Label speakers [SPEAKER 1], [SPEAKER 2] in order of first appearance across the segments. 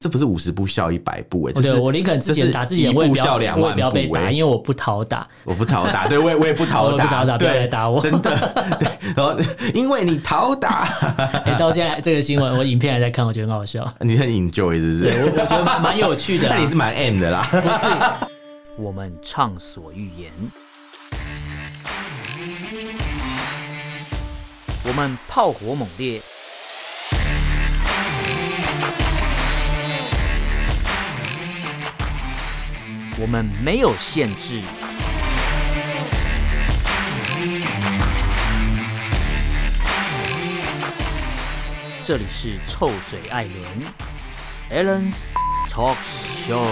[SPEAKER 1] 这不是五十步笑一百步哎、欸，
[SPEAKER 2] 对
[SPEAKER 1] 这是
[SPEAKER 2] 我宁可自己人打自己
[SPEAKER 1] 这
[SPEAKER 2] 人，
[SPEAKER 1] 是
[SPEAKER 2] 我
[SPEAKER 1] 一
[SPEAKER 2] 也
[SPEAKER 1] 步
[SPEAKER 2] 不要，
[SPEAKER 1] 笑
[SPEAKER 2] 我也
[SPEAKER 1] 两万
[SPEAKER 2] 不要被
[SPEAKER 1] 步欸
[SPEAKER 2] 打，因为我不讨打。
[SPEAKER 1] 我不讨打，对我也我也不讨
[SPEAKER 2] 我也不
[SPEAKER 1] 打，
[SPEAKER 2] 讨打不要
[SPEAKER 1] 对
[SPEAKER 2] 来打我
[SPEAKER 1] 真的，对，然后因为你讨打，
[SPEAKER 2] 哎、到现在这个新闻，我影片还在看，我觉得很好笑。
[SPEAKER 1] 你很 enjoy 是不
[SPEAKER 2] 对，我
[SPEAKER 1] 是？
[SPEAKER 2] 我觉得蛮蛮有趣 的、
[SPEAKER 1] 那
[SPEAKER 2] 啊。
[SPEAKER 1] 你是蛮 M 的啦，
[SPEAKER 2] 不是？我们畅所欲言，
[SPEAKER 3] 我们炮火猛烈，我们没有限制。这里是臭嘴艾伦 a l l e n s Talk Show。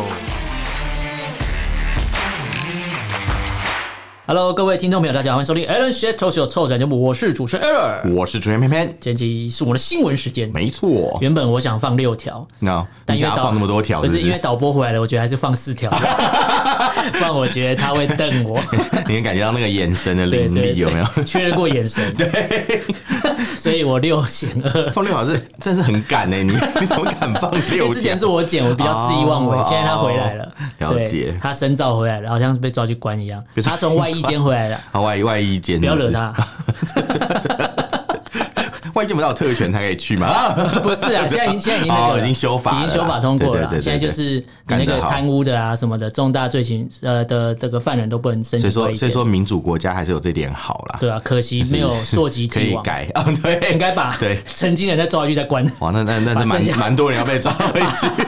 [SPEAKER 2] Hello，各位听众朋友，大家好，欢迎收听 Alan s h a t o s h o 臭仔节目，我是主持人 Alan。
[SPEAKER 1] 我是主持人偏偏，
[SPEAKER 2] 这集是我们的新闻时间。
[SPEAKER 1] 没错。
[SPEAKER 2] 原本我想放六条，
[SPEAKER 1] 那
[SPEAKER 2] 但
[SPEAKER 1] 你
[SPEAKER 2] 因为
[SPEAKER 1] 想要
[SPEAKER 2] 导
[SPEAKER 1] 放那么多条，
[SPEAKER 2] 不
[SPEAKER 1] 是
[SPEAKER 2] 是因为导播回来了，我觉得还是放四 条，不然我觉得他会瞪我。
[SPEAKER 1] 你能感觉到那个眼神的
[SPEAKER 2] 对
[SPEAKER 1] 凌
[SPEAKER 2] 对，
[SPEAKER 1] 厉，有没有？
[SPEAKER 2] 对确认过眼神？对，所以我六减二。
[SPEAKER 1] 放六条是真是很敢哎，你 你怎么敢放
[SPEAKER 2] 因
[SPEAKER 1] 六
[SPEAKER 2] 为之前
[SPEAKER 1] 条
[SPEAKER 2] 是？我剪，我比较恣意妄为。
[SPEAKER 1] 哦
[SPEAKER 2] 现在他回来了，
[SPEAKER 1] 了
[SPEAKER 2] 对
[SPEAKER 1] 解
[SPEAKER 2] 他深造回来了，好像是被抓去关一样。
[SPEAKER 1] 被抓
[SPEAKER 2] 他从外衣间回来了，
[SPEAKER 1] 好外外衣间，
[SPEAKER 2] 不要惹，他。
[SPEAKER 1] 外衣间不到特权才可以去嘛？啊
[SPEAKER 2] 不是啊，现在已经现在已经那个
[SPEAKER 1] 哦
[SPEAKER 2] 了
[SPEAKER 1] 已经修法了
[SPEAKER 2] 已
[SPEAKER 1] 啦
[SPEAKER 2] 经修法通过了啦。
[SPEAKER 1] 对对对对对
[SPEAKER 2] 现在就是你那
[SPEAKER 1] 干
[SPEAKER 2] 个
[SPEAKER 1] 得好
[SPEAKER 2] 贪污的啊什么的重大罪行呃的这个犯人都不能申
[SPEAKER 1] 所
[SPEAKER 2] 请
[SPEAKER 1] 以说
[SPEAKER 2] 外衣
[SPEAKER 1] 所
[SPEAKER 2] 间
[SPEAKER 1] 以。说民主国家还是有这点好啦，
[SPEAKER 2] 对啊，可惜没有溯 及
[SPEAKER 1] 可
[SPEAKER 2] 既
[SPEAKER 1] 以
[SPEAKER 2] 往，
[SPEAKER 1] 改啊，对，
[SPEAKER 2] 应该把
[SPEAKER 1] 对
[SPEAKER 2] 曾经人再抓回去 再关
[SPEAKER 1] 哇，那那那是
[SPEAKER 2] 把剩
[SPEAKER 1] 蛮
[SPEAKER 2] 下
[SPEAKER 1] 蛮多人要被抓回 去。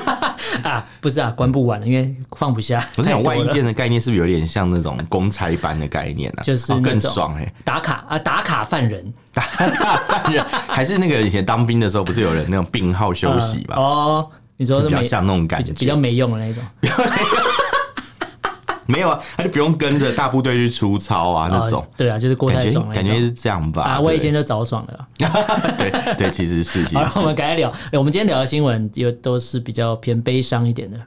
[SPEAKER 2] 啊，不是啊，关不完了，因为放不下。
[SPEAKER 1] 我在
[SPEAKER 2] 太
[SPEAKER 1] 想
[SPEAKER 2] 多
[SPEAKER 1] 外衣
[SPEAKER 2] 了
[SPEAKER 1] 间的概念是不是有点像那种公差班的概念啊？
[SPEAKER 2] 就是
[SPEAKER 1] 哦
[SPEAKER 2] 那
[SPEAKER 1] 更
[SPEAKER 2] 种
[SPEAKER 1] 爽哎、欸，
[SPEAKER 2] 打卡啊，打卡犯人
[SPEAKER 1] 打大犯人还是那个以前当兵的时候不是有人那种病号休息吧？
[SPEAKER 2] 呃哦，你说
[SPEAKER 1] 比
[SPEAKER 2] 是
[SPEAKER 1] 较
[SPEAKER 2] 没
[SPEAKER 1] 像那种感
[SPEAKER 2] 比
[SPEAKER 1] 觉，
[SPEAKER 2] 较比较没用的那种，
[SPEAKER 1] 没有啊，他就不用跟着大部队去出操啊那种
[SPEAKER 2] 呃。对啊，就是过
[SPEAKER 1] 感
[SPEAKER 2] 太
[SPEAKER 1] 觉
[SPEAKER 2] 爽了，
[SPEAKER 1] 感觉是这样吧，
[SPEAKER 2] 啊，
[SPEAKER 1] 对
[SPEAKER 2] 我以前就早爽了。
[SPEAKER 1] 对对，其实是其
[SPEAKER 2] 好
[SPEAKER 1] 实
[SPEAKER 2] 了，我
[SPEAKER 1] 是。
[SPEAKER 2] 们赶快聊，哎我们今天聊的新闻又都是比较偏悲伤一点的，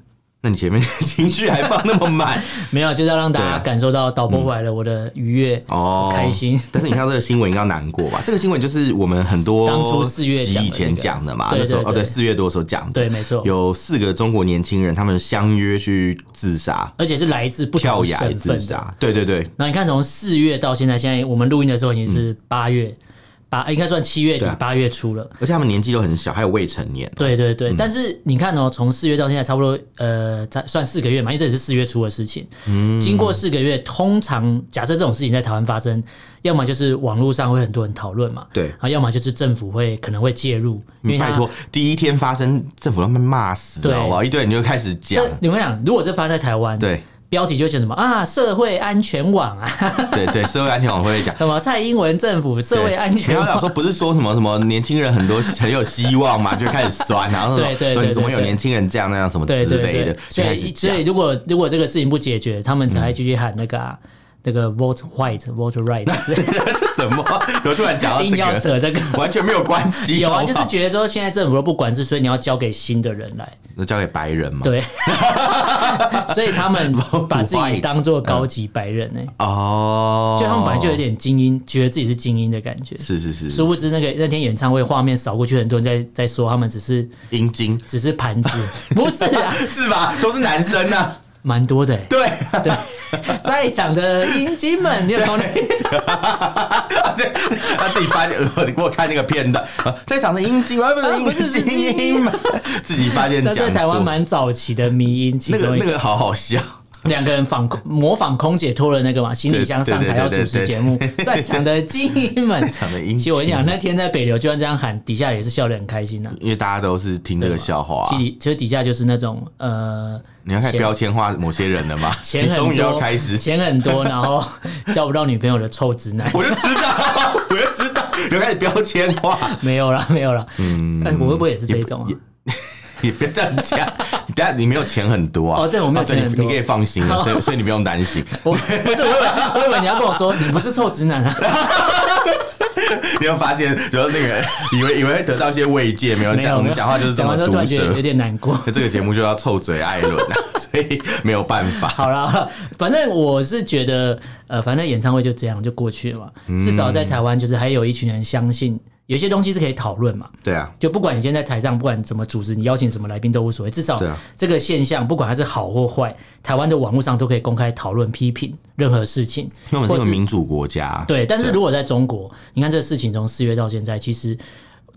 [SPEAKER 1] 那你前面 情绪还放那么满
[SPEAKER 2] 没有，就是要让大
[SPEAKER 1] 对
[SPEAKER 2] 家
[SPEAKER 1] 啊
[SPEAKER 2] 感受到导播回来了，我的愉悦、
[SPEAKER 1] 哦，
[SPEAKER 2] 开心。
[SPEAKER 1] 但是你看到这个新闻应该难过吧？这个新闻就是我们很多
[SPEAKER 2] 当初四月
[SPEAKER 1] 集
[SPEAKER 2] 讲的
[SPEAKER 1] 以前
[SPEAKER 2] 那个
[SPEAKER 1] 讲的嘛，
[SPEAKER 2] 对
[SPEAKER 1] 那时候
[SPEAKER 2] 对
[SPEAKER 1] 哦对，
[SPEAKER 2] 对
[SPEAKER 1] 四月多的时候讲的，
[SPEAKER 2] 对没错
[SPEAKER 1] 有四个中国年轻人他们相约去自杀，
[SPEAKER 2] 而且是来自不
[SPEAKER 1] 跳
[SPEAKER 2] 同
[SPEAKER 1] 崖
[SPEAKER 2] 身份
[SPEAKER 1] 自
[SPEAKER 2] 的。
[SPEAKER 1] 杀，对对对，
[SPEAKER 2] 那你看，从四月到现在，现在我们录音的时候已经是八月，八、应该算七月
[SPEAKER 1] 嗯
[SPEAKER 2] 底
[SPEAKER 1] 对啊
[SPEAKER 2] 八、月初了。
[SPEAKER 1] 而且他们年纪都很小，还有未成年，
[SPEAKER 2] 对对
[SPEAKER 1] 嗯
[SPEAKER 2] 对，但是你看哦，从四月到现在，差不多呃，才算四个月嘛，因为这也是四月初的事情。
[SPEAKER 1] 嗯
[SPEAKER 2] 经过四个月，通常假设这种事情在台湾发生，要么就是网络上会很多人讨论嘛，
[SPEAKER 1] 对
[SPEAKER 2] 然后要么就是政府会可能会介入，因为
[SPEAKER 1] 你
[SPEAKER 2] 它
[SPEAKER 1] 拜托，第一天发生，政府他们骂死
[SPEAKER 2] 对
[SPEAKER 1] 了，好不好？一堆人就开始讲
[SPEAKER 2] 这，你会想，如果这发生在台湾，，
[SPEAKER 1] 对
[SPEAKER 2] 标题就会写什么啊，社会安全网啊，
[SPEAKER 1] 对对，社会安全网会讲。
[SPEAKER 2] 什么蔡英文政府社会
[SPEAKER 1] 对
[SPEAKER 2] 安全
[SPEAKER 1] 然后想。
[SPEAKER 2] 网
[SPEAKER 1] 说不是说什么什么年轻人很多很有希望 嘛，就开始酸，啊然后
[SPEAKER 2] 对对
[SPEAKER 1] 说
[SPEAKER 2] 对
[SPEAKER 1] 说你怎么
[SPEAKER 2] 对
[SPEAKER 1] 有
[SPEAKER 2] 对
[SPEAKER 1] 年轻人这样那样什么之
[SPEAKER 2] 对对
[SPEAKER 1] 类的
[SPEAKER 2] 对，，所
[SPEAKER 1] 就开始
[SPEAKER 2] 以所以
[SPEAKER 1] 讲
[SPEAKER 2] 如果如果这个事情不解决，他们
[SPEAKER 1] 嗯
[SPEAKER 2] 才会继续喊那个啊，那个 vote white vote right，之类的
[SPEAKER 1] 这什么？怎么突然 讲到
[SPEAKER 2] 一
[SPEAKER 1] 这
[SPEAKER 2] 定要
[SPEAKER 1] 个？
[SPEAKER 2] 扯这个。
[SPEAKER 1] 完全没有关系，
[SPEAKER 2] 有啊，
[SPEAKER 1] 好不
[SPEAKER 2] 就
[SPEAKER 1] 好
[SPEAKER 2] 是觉得说现在政府都不管事，所以你要交给新的人来。
[SPEAKER 1] 那交给白人嘛。
[SPEAKER 2] 对，所以他们
[SPEAKER 1] Vote
[SPEAKER 2] 把自己
[SPEAKER 1] white
[SPEAKER 2] 当做高级白人呢、欸
[SPEAKER 1] 哦，
[SPEAKER 2] 就他们本来就有点精英，觉得自己是精英的感觉。
[SPEAKER 1] 是是是，
[SPEAKER 2] 殊不知那个那天演唱会画面扫过去，很多人在在说他们只是
[SPEAKER 1] 阴茎
[SPEAKER 2] 只是 盘子，不是啊，
[SPEAKER 1] 是吧？都是男生呐、啊，
[SPEAKER 2] 蛮多的、欸。
[SPEAKER 1] 对，
[SPEAKER 2] 对，
[SPEAKER 1] 啊
[SPEAKER 2] 在场的英军们，你有从
[SPEAKER 1] 对，他自己发现，我给我看那个片段，啊在场的阴茎，啊不
[SPEAKER 2] 啊不
[SPEAKER 1] 是
[SPEAKER 2] 是是
[SPEAKER 1] 阴茎 嘛，自己发现
[SPEAKER 2] 那
[SPEAKER 1] 讲
[SPEAKER 2] 在台湾
[SPEAKER 1] 错
[SPEAKER 2] 蛮早期的迷音，其
[SPEAKER 1] 那
[SPEAKER 2] 中
[SPEAKER 1] 个
[SPEAKER 2] 一
[SPEAKER 1] 那个好好笑，
[SPEAKER 2] 两个人仿空模仿空姐拖了那个嘛行李箱上台要主持节目
[SPEAKER 1] 对对对对，对
[SPEAKER 2] 在场的精英们，
[SPEAKER 1] 在场的英
[SPEAKER 2] 其实我跟你讲，
[SPEAKER 1] 精英
[SPEAKER 2] 那天在北流就算这样喊，底下也是笑得很开心呐。
[SPEAKER 1] 因为大家都是听这个笑话、
[SPEAKER 2] 其
[SPEAKER 1] 啊。
[SPEAKER 2] 实其实底下就是那种呃，
[SPEAKER 1] 你要开始
[SPEAKER 2] 钱
[SPEAKER 1] 标签化某些人了吗？
[SPEAKER 2] 钱
[SPEAKER 1] 你
[SPEAKER 2] 很
[SPEAKER 1] 终于要
[SPEAKER 2] 多，
[SPEAKER 1] 开始，
[SPEAKER 2] 钱很多，然后 交不到女朋友的臭 直男，
[SPEAKER 1] 我就知道， 我就知道，你要开始标签化。
[SPEAKER 2] 没有啦，没有啦。
[SPEAKER 1] 嗯
[SPEAKER 2] 但我会不会也是这种啊？
[SPEAKER 1] 你别这样讲，你等下你没有钱很多啊。
[SPEAKER 2] 哦对我没有
[SPEAKER 1] 啊所以
[SPEAKER 2] 钱很多
[SPEAKER 1] 你你可以放 心了，所以所以你不用担心，
[SPEAKER 2] 我不是，我以为我以为你要跟我说，你不是臭直男啊。
[SPEAKER 1] 你会发现，主要那个以为以为会得到一些慰藉，没有
[SPEAKER 2] 没有
[SPEAKER 1] 讲我们
[SPEAKER 2] 没有
[SPEAKER 1] 讲话就是这
[SPEAKER 2] 讲
[SPEAKER 1] 么
[SPEAKER 2] 完之后突
[SPEAKER 1] 毒
[SPEAKER 2] 然觉得有
[SPEAKER 1] 舌。
[SPEAKER 2] 点难过。
[SPEAKER 1] 那这个节目就要臭嘴艾伦 啊，所以没有办法。
[SPEAKER 2] 好啦好啦， 反正我是觉
[SPEAKER 1] 嗯
[SPEAKER 2] 得，呃，反正演唱会就这样就过去了嘛。至少在台湾，就是还有一群人相信，有一些东西是可以讨论嘛。
[SPEAKER 1] 对啊，
[SPEAKER 2] 就不管你今天在台上，不管怎么组织，你邀请什么来宾都无所谓，至少
[SPEAKER 1] 对啊
[SPEAKER 2] 这个现象，不管它是好或坏，台湾的网络上都可以公开讨论、批评任何事情。
[SPEAKER 1] 因为我们是
[SPEAKER 2] 或
[SPEAKER 1] 个
[SPEAKER 2] 是
[SPEAKER 1] 民主国家，啊
[SPEAKER 2] 对，但是如果在中国，你看这个事情从四月到现在，其实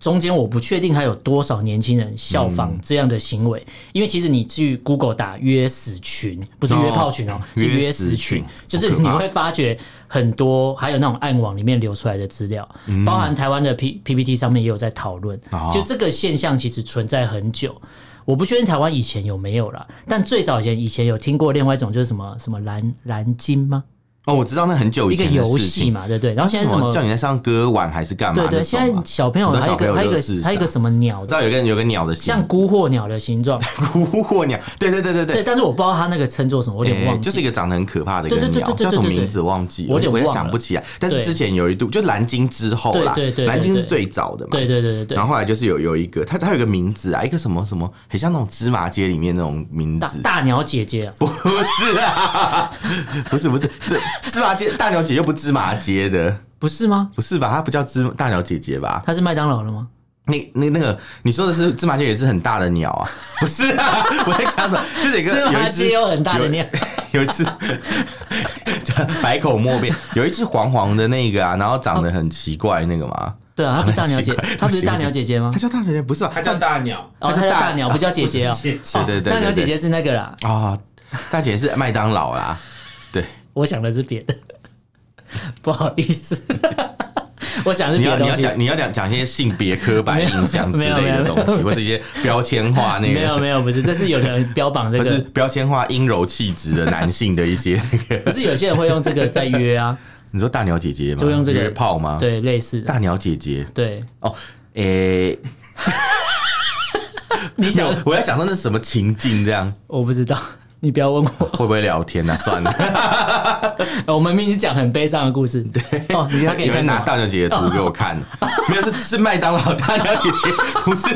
[SPEAKER 2] 中间我不确定还有多少年轻人效
[SPEAKER 1] 嗯
[SPEAKER 2] 仿这样的行为，因为其实你去 Google 打约死群，不是约炮群哦，是
[SPEAKER 1] 啊约
[SPEAKER 2] 约
[SPEAKER 1] 死
[SPEAKER 2] 死
[SPEAKER 1] 群
[SPEAKER 2] 群，就
[SPEAKER 1] 好可
[SPEAKER 2] 是你
[SPEAKER 1] 怕
[SPEAKER 2] 会发觉很多，还有那种暗网里面流出来的资料，
[SPEAKER 1] 嗯
[SPEAKER 2] 包含台湾的 P P P T 上面也有在讨论，
[SPEAKER 1] 哦
[SPEAKER 2] 就这个现象其实存在很久。我不确定台湾以前有没有啦，但最早以前以前有听过另外一种就是什么什么蓝蓝鲸吗？
[SPEAKER 1] 哦，我知道那很久以
[SPEAKER 2] 一个
[SPEAKER 1] 前的
[SPEAKER 2] 游
[SPEAKER 1] 事
[SPEAKER 2] 戏
[SPEAKER 1] 情，
[SPEAKER 2] 嘛，对不对？然后现在是什么
[SPEAKER 1] 叫你在上歌玩还是干嘛
[SPEAKER 2] 对
[SPEAKER 1] 那种吧？
[SPEAKER 2] 对，现在小朋友
[SPEAKER 1] 啊很多小朋友
[SPEAKER 2] 还有一个还有一
[SPEAKER 1] 就自
[SPEAKER 2] 个还有一个
[SPEAKER 1] 杀
[SPEAKER 2] 什么鸟
[SPEAKER 1] 我知
[SPEAKER 2] 的，
[SPEAKER 1] 道有个人有个鸟的形
[SPEAKER 2] 像孤鹤鸟的形状。
[SPEAKER 1] 孤火鸟，对对对 对
[SPEAKER 2] 对，，但是我不知道它那个称作什么，我有点
[SPEAKER 1] 哎
[SPEAKER 2] 忘记。
[SPEAKER 1] 就是一个长得很可怕的一个
[SPEAKER 2] 对对对
[SPEAKER 1] 鸟，
[SPEAKER 2] 对对
[SPEAKER 1] 叫什么
[SPEAKER 2] 对对
[SPEAKER 1] 名字忘记，
[SPEAKER 2] 我有点
[SPEAKER 1] 我也
[SPEAKER 2] 忘
[SPEAKER 1] 想
[SPEAKER 2] 了
[SPEAKER 1] 不起来。但是
[SPEAKER 2] 对
[SPEAKER 1] 之前有一度，就蓝鲸之后啦，
[SPEAKER 2] 对对对对
[SPEAKER 1] 蓝鲸是
[SPEAKER 2] 对
[SPEAKER 1] 最早的嘛，
[SPEAKER 2] 对对对对
[SPEAKER 1] 然
[SPEAKER 2] 对，
[SPEAKER 1] 后后来就是有有一个，它它有一个名字啊，一个什么什么，很像那种芝麻街里面那种名
[SPEAKER 2] 大
[SPEAKER 1] 字，
[SPEAKER 2] 大鸟姐姐啊，
[SPEAKER 1] 不是啊，不是不是，这芝麻街大鸟姐又不芝麻街的，
[SPEAKER 2] 不是吗？
[SPEAKER 1] 不是吧？它不叫芝大鸟姐姐吧？
[SPEAKER 2] 它是麦当劳的吗？
[SPEAKER 1] 那那那个你说的是芝麻街也是很大的鸟啊？不是啊， 我在讲什么？就是有一个
[SPEAKER 2] 芝
[SPEAKER 1] 有
[SPEAKER 2] 麻
[SPEAKER 1] 一只
[SPEAKER 2] 街有很大的鸟，
[SPEAKER 1] 有一次百口莫辩，有一只黄黄的那个啊，然后长得很奇怪那个嘛，
[SPEAKER 2] 对啊，它不是大鸟姐
[SPEAKER 1] 长得很奇怪，
[SPEAKER 2] 它不是大
[SPEAKER 1] 不行
[SPEAKER 2] 鸟姐姐吗
[SPEAKER 1] 它？叫大姐姐不是吧？它
[SPEAKER 4] 它
[SPEAKER 1] 叫
[SPEAKER 4] 叫大鸟，
[SPEAKER 1] 它
[SPEAKER 2] 哦，它
[SPEAKER 1] 是
[SPEAKER 2] 哦叫
[SPEAKER 1] 大
[SPEAKER 2] 大鸟，不叫姐姐哦。
[SPEAKER 4] 姐姐
[SPEAKER 1] 对对对对
[SPEAKER 2] 大鸟姐
[SPEAKER 1] 对
[SPEAKER 2] 姐是那个啦，
[SPEAKER 1] 啊，大姐是麦当劳啦，对，
[SPEAKER 2] 我想的是别的， 不好意思， 我想 的是
[SPEAKER 1] 你
[SPEAKER 2] 别
[SPEAKER 1] 要
[SPEAKER 2] 的
[SPEAKER 1] 你要
[SPEAKER 2] 东西。
[SPEAKER 1] 讲你要讲讲一些性别刻板
[SPEAKER 2] 没有
[SPEAKER 1] 印象之
[SPEAKER 2] 没有
[SPEAKER 1] 类的
[SPEAKER 2] 没有
[SPEAKER 1] 东西，或是一些标签化那
[SPEAKER 2] 没有
[SPEAKER 1] 个，
[SPEAKER 2] 没有，不是，这是有人标榜 这
[SPEAKER 1] 或是
[SPEAKER 2] 个，
[SPEAKER 1] 标签化阴柔气质的男性的一些那个，
[SPEAKER 2] 不是有些人会用这个在约 啊，
[SPEAKER 1] 你说大鸟姐姐吗？
[SPEAKER 2] 就用这个
[SPEAKER 1] 约炮吗？，
[SPEAKER 2] 对，类似的，
[SPEAKER 1] 大鸟姐姐
[SPEAKER 2] 对，
[SPEAKER 1] 哦， 诶，没
[SPEAKER 2] 你
[SPEAKER 1] 有
[SPEAKER 2] 想
[SPEAKER 1] 我要想说那是什么情境这样。
[SPEAKER 2] 我不知道，你不要问我。
[SPEAKER 1] 会不会聊天 啊？算了，
[SPEAKER 2] 我们明明是讲很悲伤的故事。对哦，你他给你
[SPEAKER 1] 有人
[SPEAKER 2] 看
[SPEAKER 1] 拿
[SPEAKER 2] 什
[SPEAKER 1] 大
[SPEAKER 2] 么？哦
[SPEAKER 1] 小姐的图给我看，没有是是麦当劳大小姐 姐，不是，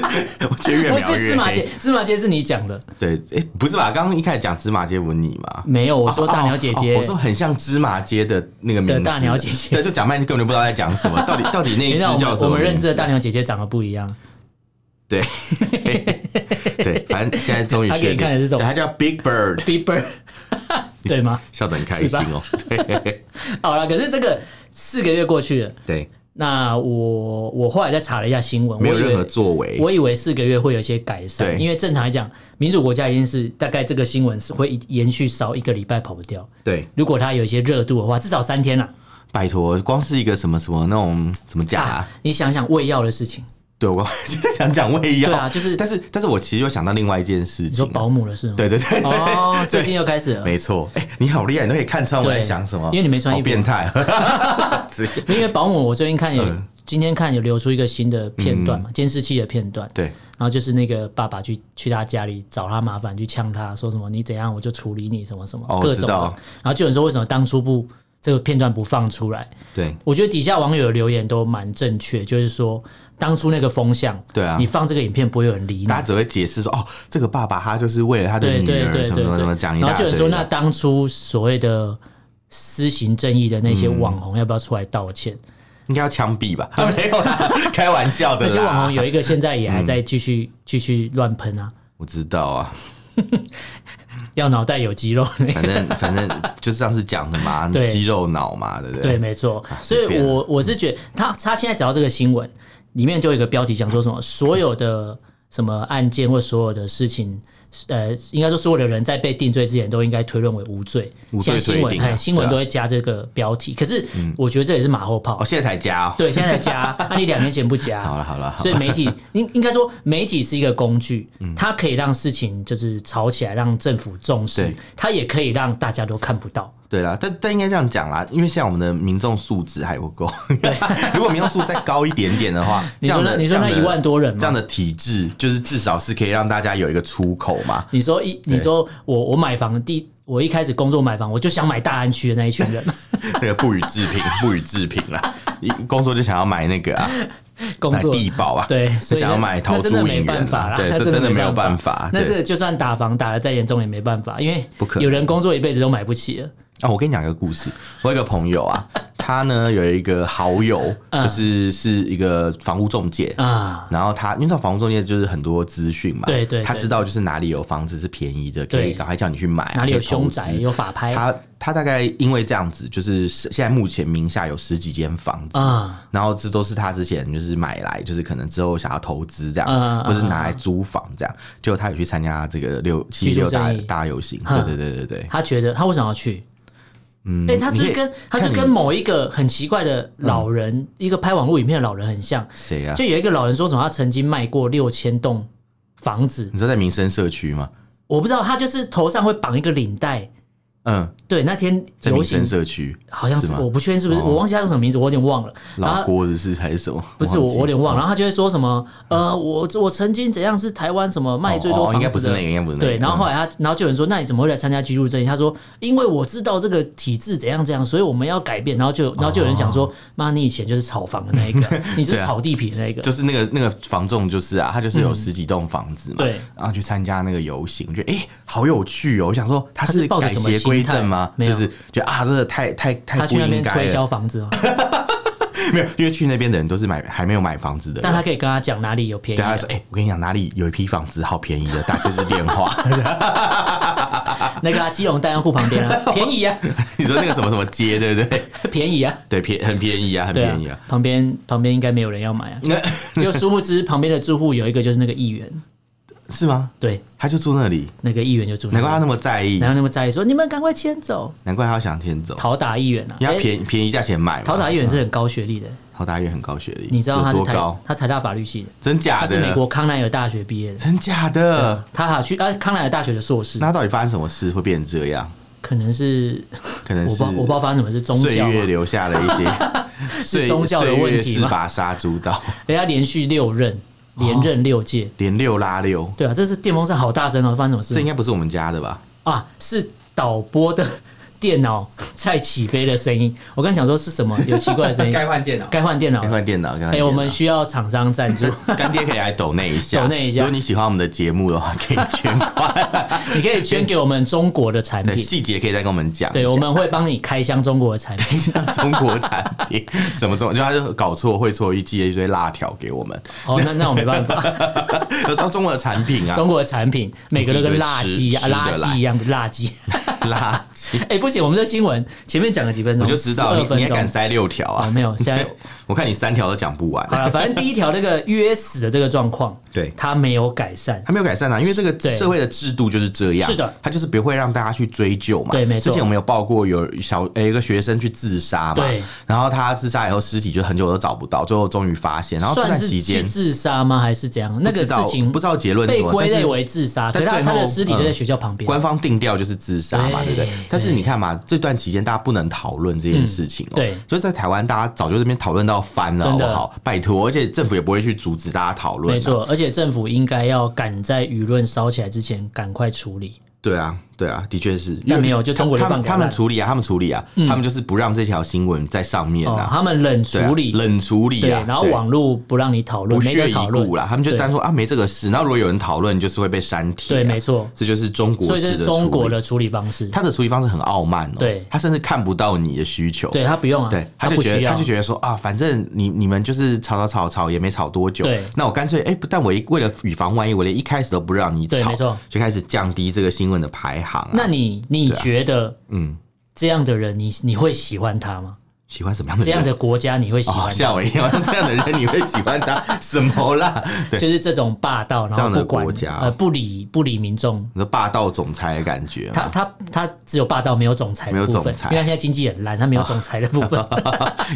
[SPEAKER 1] 我觉得越
[SPEAKER 2] 不
[SPEAKER 1] 描
[SPEAKER 2] 是
[SPEAKER 1] 越
[SPEAKER 2] 芝麻
[SPEAKER 1] 黑
[SPEAKER 2] 街。，芝麻街是你讲的，
[SPEAKER 1] 对，哎、不是吧？刚刚一开始讲芝麻街吻你嘛？
[SPEAKER 2] 没有，我说大鸟姐姐，
[SPEAKER 1] 哦哦我说很像芝麻街的那个名字，
[SPEAKER 2] 的大鸟姐姐
[SPEAKER 1] 对，就讲半天根本就不知道在讲什 么，到底到底那一
[SPEAKER 2] 你
[SPEAKER 1] 只
[SPEAKER 2] 知道我
[SPEAKER 1] 叫
[SPEAKER 2] 们
[SPEAKER 1] 什么名字？
[SPEAKER 2] 我们认知的大鸟姐姐长得不一样，
[SPEAKER 1] 对 对对，反正现在终于
[SPEAKER 2] 他给
[SPEAKER 1] 确
[SPEAKER 2] 你
[SPEAKER 1] 定
[SPEAKER 2] 看的是，什
[SPEAKER 1] 对，
[SPEAKER 2] 么
[SPEAKER 1] 它叫 Big Bird，
[SPEAKER 2] Bieber，对吗？
[SPEAKER 1] 笑得很开心哦、对
[SPEAKER 2] 好了，可是这个四个月过去了，
[SPEAKER 1] 对，
[SPEAKER 2] 那我我后来再查了一下新闻，
[SPEAKER 1] 没有
[SPEAKER 2] 我以为
[SPEAKER 1] 任何作为，
[SPEAKER 2] 我以为四个月会有一些改善，
[SPEAKER 1] 对
[SPEAKER 2] 因为正常来讲，民主国家一定是大概这个新闻是会一延续少一个礼拜跑不掉。
[SPEAKER 1] 对，
[SPEAKER 2] 如果它有一些热度的话，至少三天啦。
[SPEAKER 1] 拜托，光是一个什么什么那种怎么讲啊？
[SPEAKER 2] 啊，你想想胃药的事情，
[SPEAKER 1] 对，我 就是想讲胃药，
[SPEAKER 2] 对啊就是
[SPEAKER 1] 但是但是我其实又想到另外一件事
[SPEAKER 2] 你说
[SPEAKER 1] 情，
[SPEAKER 2] 保姆的事吗？
[SPEAKER 1] 对对对，
[SPEAKER 2] 哦，最近又开始了，
[SPEAKER 1] 没错，哎、你好厉害，你都可以看穿我在
[SPEAKER 2] 对
[SPEAKER 1] 想什么，
[SPEAKER 2] 哦因为你没穿衣服
[SPEAKER 1] 好变态，啊 直接
[SPEAKER 2] 因为保姆，我最近看有、
[SPEAKER 1] 嗯
[SPEAKER 2] 今天看有流出一个新的片段嘛，监视器的片段，
[SPEAKER 1] 对，
[SPEAKER 2] 然后就是那个爸爸去去他家里找他麻烦，去呛他说什么你怎样我就处理你什么什么、
[SPEAKER 1] 哦
[SPEAKER 2] 各
[SPEAKER 1] 我知
[SPEAKER 2] 种的，
[SPEAKER 1] 道
[SPEAKER 2] 然后就有人说为什么当初不这个片段不放出来？
[SPEAKER 1] 对，
[SPEAKER 2] 我觉得底下网友的留言都蛮正确，就是说当初那个风向，
[SPEAKER 1] 对啊
[SPEAKER 2] 你放这个影片不会有人理你
[SPEAKER 1] 大。家只会解释说，哦，这个爸爸他就是为了他的
[SPEAKER 2] 对
[SPEAKER 1] 女
[SPEAKER 2] 对
[SPEAKER 1] 儿
[SPEAKER 2] 对
[SPEAKER 1] 什
[SPEAKER 2] 对
[SPEAKER 1] 么什么
[SPEAKER 2] 对，
[SPEAKER 1] 什么讲一
[SPEAKER 2] 然
[SPEAKER 1] 大
[SPEAKER 2] 后就有
[SPEAKER 1] 堆的，
[SPEAKER 2] 人说，那当初所谓的私行正义的那些网红要不要出来道歉？
[SPEAKER 1] 应该要枪毙吧？
[SPEAKER 2] 哦
[SPEAKER 1] 啊、 没有啦，开玩笑的
[SPEAKER 2] 那
[SPEAKER 1] 啦。
[SPEAKER 2] 些网红有一个现在也还在继续继续乱喷啊，
[SPEAKER 1] 我知道啊，
[SPEAKER 2] 要脑袋有肌肉那个。
[SPEAKER 1] 反正反正就是上次讲的嘛，
[SPEAKER 2] 对
[SPEAKER 1] 肌肉脑嘛，对不对？
[SPEAKER 2] 对，没错。所
[SPEAKER 1] 随
[SPEAKER 2] 以
[SPEAKER 1] 便啊
[SPEAKER 2] 我我是觉得他他现在只要这个新闻里面就有一个标题讲说什么所有的什么案件或所有的事情。呃，应该说所有的人在被定罪之前都应该推论为无罪。
[SPEAKER 1] 无罪
[SPEAKER 2] 现在新
[SPEAKER 1] 推
[SPEAKER 2] 闻，
[SPEAKER 1] 定啊
[SPEAKER 2] 哎新
[SPEAKER 1] 对
[SPEAKER 2] 闻
[SPEAKER 1] 啊嗯
[SPEAKER 2] 都会加这个标题。可是我觉得这也是马后炮。
[SPEAKER 1] 哦，现在才加哦。
[SPEAKER 2] 对，现在 才加，那、你两年前不加。
[SPEAKER 1] 好了好了好嗯
[SPEAKER 2] 所以媒体应应该说，媒体是一个工具，它可以让事情就是吵起来，让政府重视
[SPEAKER 1] 对，
[SPEAKER 2] 它也可以让大家都看不到。
[SPEAKER 1] 对啦，但但应该这样讲啦，因为现在我们的民众素质还不够， 如果民众素质再高一点点的话，
[SPEAKER 2] 你
[SPEAKER 1] 这
[SPEAKER 2] 说
[SPEAKER 1] 样
[SPEAKER 2] 那
[SPEAKER 1] 的
[SPEAKER 2] 你说那
[SPEAKER 1] 这样
[SPEAKER 2] 一
[SPEAKER 1] 的
[SPEAKER 2] 万多人
[SPEAKER 1] 这样
[SPEAKER 2] 嘛？
[SPEAKER 1] 的体制，就是至少是可以让大家有一个出口嘛。
[SPEAKER 2] 你说一，你说我我买房第，我一开始工作买房，我就想买大安区的那一群 人，
[SPEAKER 1] 那个不予置评，不予置评啦。一工作就想要买那个啊，
[SPEAKER 2] 工
[SPEAKER 1] 买
[SPEAKER 2] 作
[SPEAKER 1] 地保啊，
[SPEAKER 2] 对，
[SPEAKER 1] 就
[SPEAKER 2] 所以
[SPEAKER 1] 想要
[SPEAKER 2] 那
[SPEAKER 1] 买桃
[SPEAKER 2] 那真的
[SPEAKER 1] 珠
[SPEAKER 2] 没
[SPEAKER 1] 影
[SPEAKER 2] 办
[SPEAKER 1] 院
[SPEAKER 2] 法
[SPEAKER 1] 啊，
[SPEAKER 2] 啦，
[SPEAKER 1] 对，
[SPEAKER 2] 那
[SPEAKER 1] 这真的没有
[SPEAKER 2] 办
[SPEAKER 1] 办法。
[SPEAKER 2] 那
[SPEAKER 1] 对
[SPEAKER 2] 是就算打房打的再严重也没办法，因为
[SPEAKER 1] 不可能
[SPEAKER 2] 有人工作一辈子都买不起了。
[SPEAKER 1] 哦啊，我跟你讲一个故事。我有一个朋友啊，他他呢有一个好友，
[SPEAKER 2] 嗯
[SPEAKER 1] 就是是一个房屋中介。
[SPEAKER 2] 啊，
[SPEAKER 1] 然后他，因为到房屋中介就是很多资讯嘛，
[SPEAKER 2] 对对对
[SPEAKER 1] 他知道就是哪里有房子是便宜的，可
[SPEAKER 2] 对
[SPEAKER 1] 以赶快叫你去买啊，
[SPEAKER 2] 哪里有
[SPEAKER 1] 可以投
[SPEAKER 2] 凶
[SPEAKER 1] 资
[SPEAKER 2] 宅哎有法拍
[SPEAKER 1] 他他大概因为这样子，就是现在目前名下有十几间房子，
[SPEAKER 2] 啊
[SPEAKER 1] 然后这都是他之前就是买来，就是可能之后想要投资这样，
[SPEAKER 2] 嗯嗯
[SPEAKER 1] 或是拿来租房这样。就他有去参加这个六七
[SPEAKER 2] 居住
[SPEAKER 1] 六大
[SPEAKER 2] 正义
[SPEAKER 1] 大游行，
[SPEAKER 2] 嗯
[SPEAKER 1] 对对对对对，
[SPEAKER 2] 他觉得他为什么要去？嗯，哎、他是不
[SPEAKER 1] 你
[SPEAKER 2] 是
[SPEAKER 1] 可以
[SPEAKER 2] 跟他是
[SPEAKER 1] 看你
[SPEAKER 2] 跟某一个很奇怪的老人，一个拍网络影片的老人很像，
[SPEAKER 1] 谁啊
[SPEAKER 2] 就？有一个老人说什么他曾经卖过六千栋房子，
[SPEAKER 1] 你说在民生社区吗？
[SPEAKER 2] 我不知道他就是头上会绑一个领带。
[SPEAKER 1] 嗯，
[SPEAKER 2] 对，那天
[SPEAKER 1] 在
[SPEAKER 2] 游
[SPEAKER 1] 民
[SPEAKER 2] 行
[SPEAKER 1] 生社区
[SPEAKER 2] 好像是
[SPEAKER 1] 是吗
[SPEAKER 2] 我不确定是不是，
[SPEAKER 1] 哦
[SPEAKER 2] 我忘记他叫什么名字，我有点忘了。然后
[SPEAKER 1] 老
[SPEAKER 2] 他
[SPEAKER 1] 郭的是还是什么？
[SPEAKER 2] 不是我，
[SPEAKER 1] 忘记哦
[SPEAKER 2] 我有点忘了。然后他就会说什么，呃，我我曾经怎样是台湾什么卖最多
[SPEAKER 1] 哦哦应该
[SPEAKER 2] 房
[SPEAKER 1] 不
[SPEAKER 2] 子
[SPEAKER 1] 是那个，
[SPEAKER 2] 的。
[SPEAKER 1] 应该不是那个。
[SPEAKER 2] 对，然后
[SPEAKER 1] 嗯
[SPEAKER 2] 后来他，然后就有人说，那你怎么会来参加居住正义？他说，因为我知道这个体制怎样怎样，所以我们要改变。然后就，然后就有人讲
[SPEAKER 1] 哦
[SPEAKER 2] 说，妈，你以前就是炒房的那 一个，你就是
[SPEAKER 1] 对啊
[SPEAKER 2] 炒地皮的那一个。
[SPEAKER 1] 就是那个那个房仲，就是啊，他就是有十几栋房子嘛，
[SPEAKER 2] 对
[SPEAKER 1] 然后去参加那个游行，我觉得哎、诶好有趣哦，我想说他
[SPEAKER 2] 他是
[SPEAKER 1] 是
[SPEAKER 2] 抱着
[SPEAKER 1] 改
[SPEAKER 2] 什么
[SPEAKER 1] 邪
[SPEAKER 2] 心
[SPEAKER 1] 归
[SPEAKER 2] 态
[SPEAKER 1] 正吗？
[SPEAKER 2] 没
[SPEAKER 1] 就
[SPEAKER 2] 有
[SPEAKER 1] 是觉得啊，真的太太太
[SPEAKER 2] 他
[SPEAKER 1] 不
[SPEAKER 2] 去那
[SPEAKER 1] 应
[SPEAKER 2] 边
[SPEAKER 1] 该啊
[SPEAKER 2] 推
[SPEAKER 1] 了
[SPEAKER 2] 销，房子嘛，
[SPEAKER 1] 没有，因为去那边的人都是买还没有买房子的
[SPEAKER 2] 但他
[SPEAKER 1] 人。
[SPEAKER 2] 可以跟他讲哪里有便宜
[SPEAKER 1] 对，他
[SPEAKER 2] 的
[SPEAKER 1] 就，说：“哎、我跟你讲，哪里有一批房子好便宜的，打这支电 话。
[SPEAKER 2] 那个啊基隆弹药库旁 边啊，便宜啊，
[SPEAKER 1] 你说那个什么什么街，对不对？
[SPEAKER 2] 便宜啊，
[SPEAKER 1] 对，便很便宜啊，很
[SPEAKER 2] 对
[SPEAKER 1] 便宜
[SPEAKER 2] 啊
[SPEAKER 1] 啊。，
[SPEAKER 2] 旁边旁边应该没有人 要买啊。
[SPEAKER 1] 那、
[SPEAKER 2] 就殊不知旁边的住户有一个就是那个议员，
[SPEAKER 1] 是吗？
[SPEAKER 2] 对，
[SPEAKER 1] 他就住那里，
[SPEAKER 2] 那个议员就住那
[SPEAKER 1] 难怪他
[SPEAKER 2] 里，
[SPEAKER 1] 那么在意，
[SPEAKER 2] 然后那么在意说你们赶快迁走，
[SPEAKER 1] 难怪他要想先走，
[SPEAKER 2] 讨打议员啊，
[SPEAKER 1] 因为他
[SPEAKER 2] 哎
[SPEAKER 1] 便宜便宜价钱买嘛。
[SPEAKER 2] 讨打议员是很高学历的，
[SPEAKER 1] 陶大院很高学历，
[SPEAKER 2] 你知道他
[SPEAKER 1] 有
[SPEAKER 2] 是
[SPEAKER 1] 多
[SPEAKER 2] 台
[SPEAKER 1] 高？
[SPEAKER 2] 他台大法律系的，
[SPEAKER 1] 真假
[SPEAKER 2] 他
[SPEAKER 1] 的？
[SPEAKER 2] 是美国康奈尔大学毕业的，
[SPEAKER 1] 真假的？
[SPEAKER 2] 他还去啊康奈尔大学的硕士，
[SPEAKER 1] 那到底发生什么事会变成这样？
[SPEAKER 2] 可能是
[SPEAKER 1] 可能
[SPEAKER 2] 我不知
[SPEAKER 1] 是
[SPEAKER 2] 道我不知道发生什么是宗
[SPEAKER 1] 岁
[SPEAKER 2] 教
[SPEAKER 1] 月
[SPEAKER 2] 嘛，
[SPEAKER 1] 留下了一些 岁
[SPEAKER 2] 宗教的问题
[SPEAKER 1] 岁月是
[SPEAKER 2] 吗
[SPEAKER 1] 把杀猪刀，
[SPEAKER 2] 人家哎连续六任
[SPEAKER 1] 哦
[SPEAKER 2] 连任六届，
[SPEAKER 1] 连六拉六，
[SPEAKER 2] 对啊，这是电风扇好大声哦，发生什么
[SPEAKER 1] 这应
[SPEAKER 2] 事
[SPEAKER 1] 该不是我们家的吧？
[SPEAKER 2] 啊？是导播的电脑在起飞的声音，我刚想说是什么有奇怪的 声音，
[SPEAKER 1] 换电脑，
[SPEAKER 2] 该换电脑
[SPEAKER 1] 该
[SPEAKER 2] 了。
[SPEAKER 1] 换电脑，该换
[SPEAKER 2] 哎、
[SPEAKER 1] 电脑。
[SPEAKER 2] 我们需要厂商赞 助，
[SPEAKER 1] 干爹可以来抖内一下，
[SPEAKER 2] 抖内一下
[SPEAKER 1] 如果你喜欢我们的节目的话，可 以捐款。
[SPEAKER 2] 你可以捐给我们中国的产
[SPEAKER 1] 对，
[SPEAKER 2] 品，
[SPEAKER 1] 细节可以再跟我们讲一下。
[SPEAKER 2] 对，我们会帮你开箱中国的产品。
[SPEAKER 1] 像中国产品什么中，就他就搞错会错，一寄了一堆辣条给我们，
[SPEAKER 2] 哦，那那我没办法，
[SPEAKER 1] 都中中国的产品啊，
[SPEAKER 2] 中国的产品每个都跟垃圾一样，
[SPEAKER 1] 吃吃得
[SPEAKER 2] 垃
[SPEAKER 1] 来
[SPEAKER 2] 圾一样，垃圾。
[SPEAKER 1] 垃圾。
[SPEAKER 2] 哎、不行，我们这新闻前面讲了几分
[SPEAKER 1] 我
[SPEAKER 2] 钟，
[SPEAKER 1] 就知道
[SPEAKER 2] 二
[SPEAKER 1] 你
[SPEAKER 2] 分
[SPEAKER 1] 你还
[SPEAKER 2] 钟
[SPEAKER 1] 敢。塞六条
[SPEAKER 2] 哦，
[SPEAKER 1] 啊！
[SPEAKER 2] 没有，现在
[SPEAKER 1] 我看你三条都讲不完。
[SPEAKER 2] 好了，反正第一条这个约死的这个状况，
[SPEAKER 1] 对
[SPEAKER 2] 它没有改善，
[SPEAKER 1] 他没有改善啊，因为这个
[SPEAKER 2] 对
[SPEAKER 1] 社会的制度就是这样，
[SPEAKER 2] 是的，
[SPEAKER 1] 他就是不会让大家去追究嘛。
[SPEAKER 2] 对没
[SPEAKER 1] 之
[SPEAKER 2] 错
[SPEAKER 1] 前我们有报过有小呃一个学生去自杀嘛，
[SPEAKER 2] 对，
[SPEAKER 1] 然后他自杀以后尸体就很久都找不到，最后终于发现，然后这
[SPEAKER 2] 算
[SPEAKER 1] 段
[SPEAKER 2] 是
[SPEAKER 1] 期
[SPEAKER 2] 去
[SPEAKER 1] 间
[SPEAKER 2] 自杀吗？还是怎样？那
[SPEAKER 1] 不
[SPEAKER 2] 个
[SPEAKER 1] 知
[SPEAKER 2] 事
[SPEAKER 1] 道
[SPEAKER 2] 情
[SPEAKER 1] 不知道结论是
[SPEAKER 2] 被
[SPEAKER 1] 什么，
[SPEAKER 2] 归类
[SPEAKER 1] 但是
[SPEAKER 2] 为自杀，可
[SPEAKER 1] 但
[SPEAKER 2] 是他
[SPEAKER 1] 最
[SPEAKER 2] 他的
[SPEAKER 1] 后
[SPEAKER 2] 尸体就在
[SPEAKER 1] 嗯
[SPEAKER 2] 学校旁边。
[SPEAKER 1] 官方定调就是自杀嘛，对
[SPEAKER 2] 对
[SPEAKER 1] 不对
[SPEAKER 2] 对？
[SPEAKER 1] 但是你看嘛，这段期间大家不能讨论这件事情哦、
[SPEAKER 2] 嗯对
[SPEAKER 1] 所以在台湾大家早就这边讨论到翻了，好
[SPEAKER 2] 真
[SPEAKER 1] 不
[SPEAKER 2] 的
[SPEAKER 1] 好？拜托，而且政府也不会去阻止大家讨论、啊，
[SPEAKER 2] 没错，而且政府应该要赶在舆论烧起来之前赶快处理。
[SPEAKER 1] 对啊，对啊，的确是，
[SPEAKER 2] 但
[SPEAKER 1] 因为
[SPEAKER 2] 没有就中国就
[SPEAKER 1] 他们
[SPEAKER 2] 放给
[SPEAKER 1] 他
[SPEAKER 2] 他
[SPEAKER 1] 们
[SPEAKER 2] 烂
[SPEAKER 1] 处理啊，他们处理啊，他们就是不让这条新闻在上面
[SPEAKER 2] 哦，
[SPEAKER 1] 啊，
[SPEAKER 2] 他们冷
[SPEAKER 1] 对啊
[SPEAKER 2] 处理，
[SPEAKER 1] 冷处理
[SPEAKER 2] 对，
[SPEAKER 1] 啊，
[SPEAKER 2] 然后
[SPEAKER 1] 对
[SPEAKER 2] 网络不让你讨论，
[SPEAKER 1] 不
[SPEAKER 2] 没得
[SPEAKER 1] 屑一
[SPEAKER 2] 讨论
[SPEAKER 1] 顾啦，他们就
[SPEAKER 2] 对
[SPEAKER 1] 单说啊没这个事，然后如果有人讨论，就是会被删帖啊，
[SPEAKER 2] 对，没错，
[SPEAKER 1] 这就是中国
[SPEAKER 2] 所以这
[SPEAKER 1] 式
[SPEAKER 2] 是
[SPEAKER 1] 的
[SPEAKER 2] 中
[SPEAKER 1] 处
[SPEAKER 2] 国
[SPEAKER 1] 理，
[SPEAKER 2] 的处理方式。
[SPEAKER 1] 他的处理方式很傲慢哦，
[SPEAKER 2] 对
[SPEAKER 1] 他甚至看不到你的需求，
[SPEAKER 2] 对他不用啊，
[SPEAKER 1] 对，他就
[SPEAKER 2] 不
[SPEAKER 1] 觉
[SPEAKER 2] 需
[SPEAKER 1] 得
[SPEAKER 2] 要，
[SPEAKER 1] 他就觉得说啊，反正你你们就是吵吵吵吵也没吵多久
[SPEAKER 2] 对，
[SPEAKER 1] 那我干脆哎、不但我一为了以防万一，我连一开始都不让你
[SPEAKER 2] 对
[SPEAKER 1] 吵
[SPEAKER 2] 没错，
[SPEAKER 1] 就开始降低这个新闻的排行、啊。
[SPEAKER 2] 那你你
[SPEAKER 1] 对啊
[SPEAKER 2] 觉得
[SPEAKER 1] 嗯，
[SPEAKER 2] 这样的人，你你会喜欢他 吗？
[SPEAKER 1] 喜欢什么样的
[SPEAKER 2] 这
[SPEAKER 1] 人？
[SPEAKER 2] 样的国家你会喜
[SPEAKER 1] 哦，
[SPEAKER 2] 欢
[SPEAKER 1] 吓
[SPEAKER 2] 他？
[SPEAKER 1] 我一跳！这样的人你会喜欢他什么啦？对，
[SPEAKER 2] 就是这种霸道，然
[SPEAKER 1] 这
[SPEAKER 2] 后
[SPEAKER 1] 样的
[SPEAKER 2] 不管
[SPEAKER 1] 国家
[SPEAKER 2] 呃不理不理民众。
[SPEAKER 1] 你说霸道总裁的感觉
[SPEAKER 2] 他
[SPEAKER 1] 嘛，
[SPEAKER 2] 他他只有霸道，没有总裁
[SPEAKER 1] 啊没
[SPEAKER 2] 的
[SPEAKER 1] 有
[SPEAKER 2] 部分
[SPEAKER 1] 总，裁哦
[SPEAKER 2] 因为他现在经济很烂，他没有总裁的部分。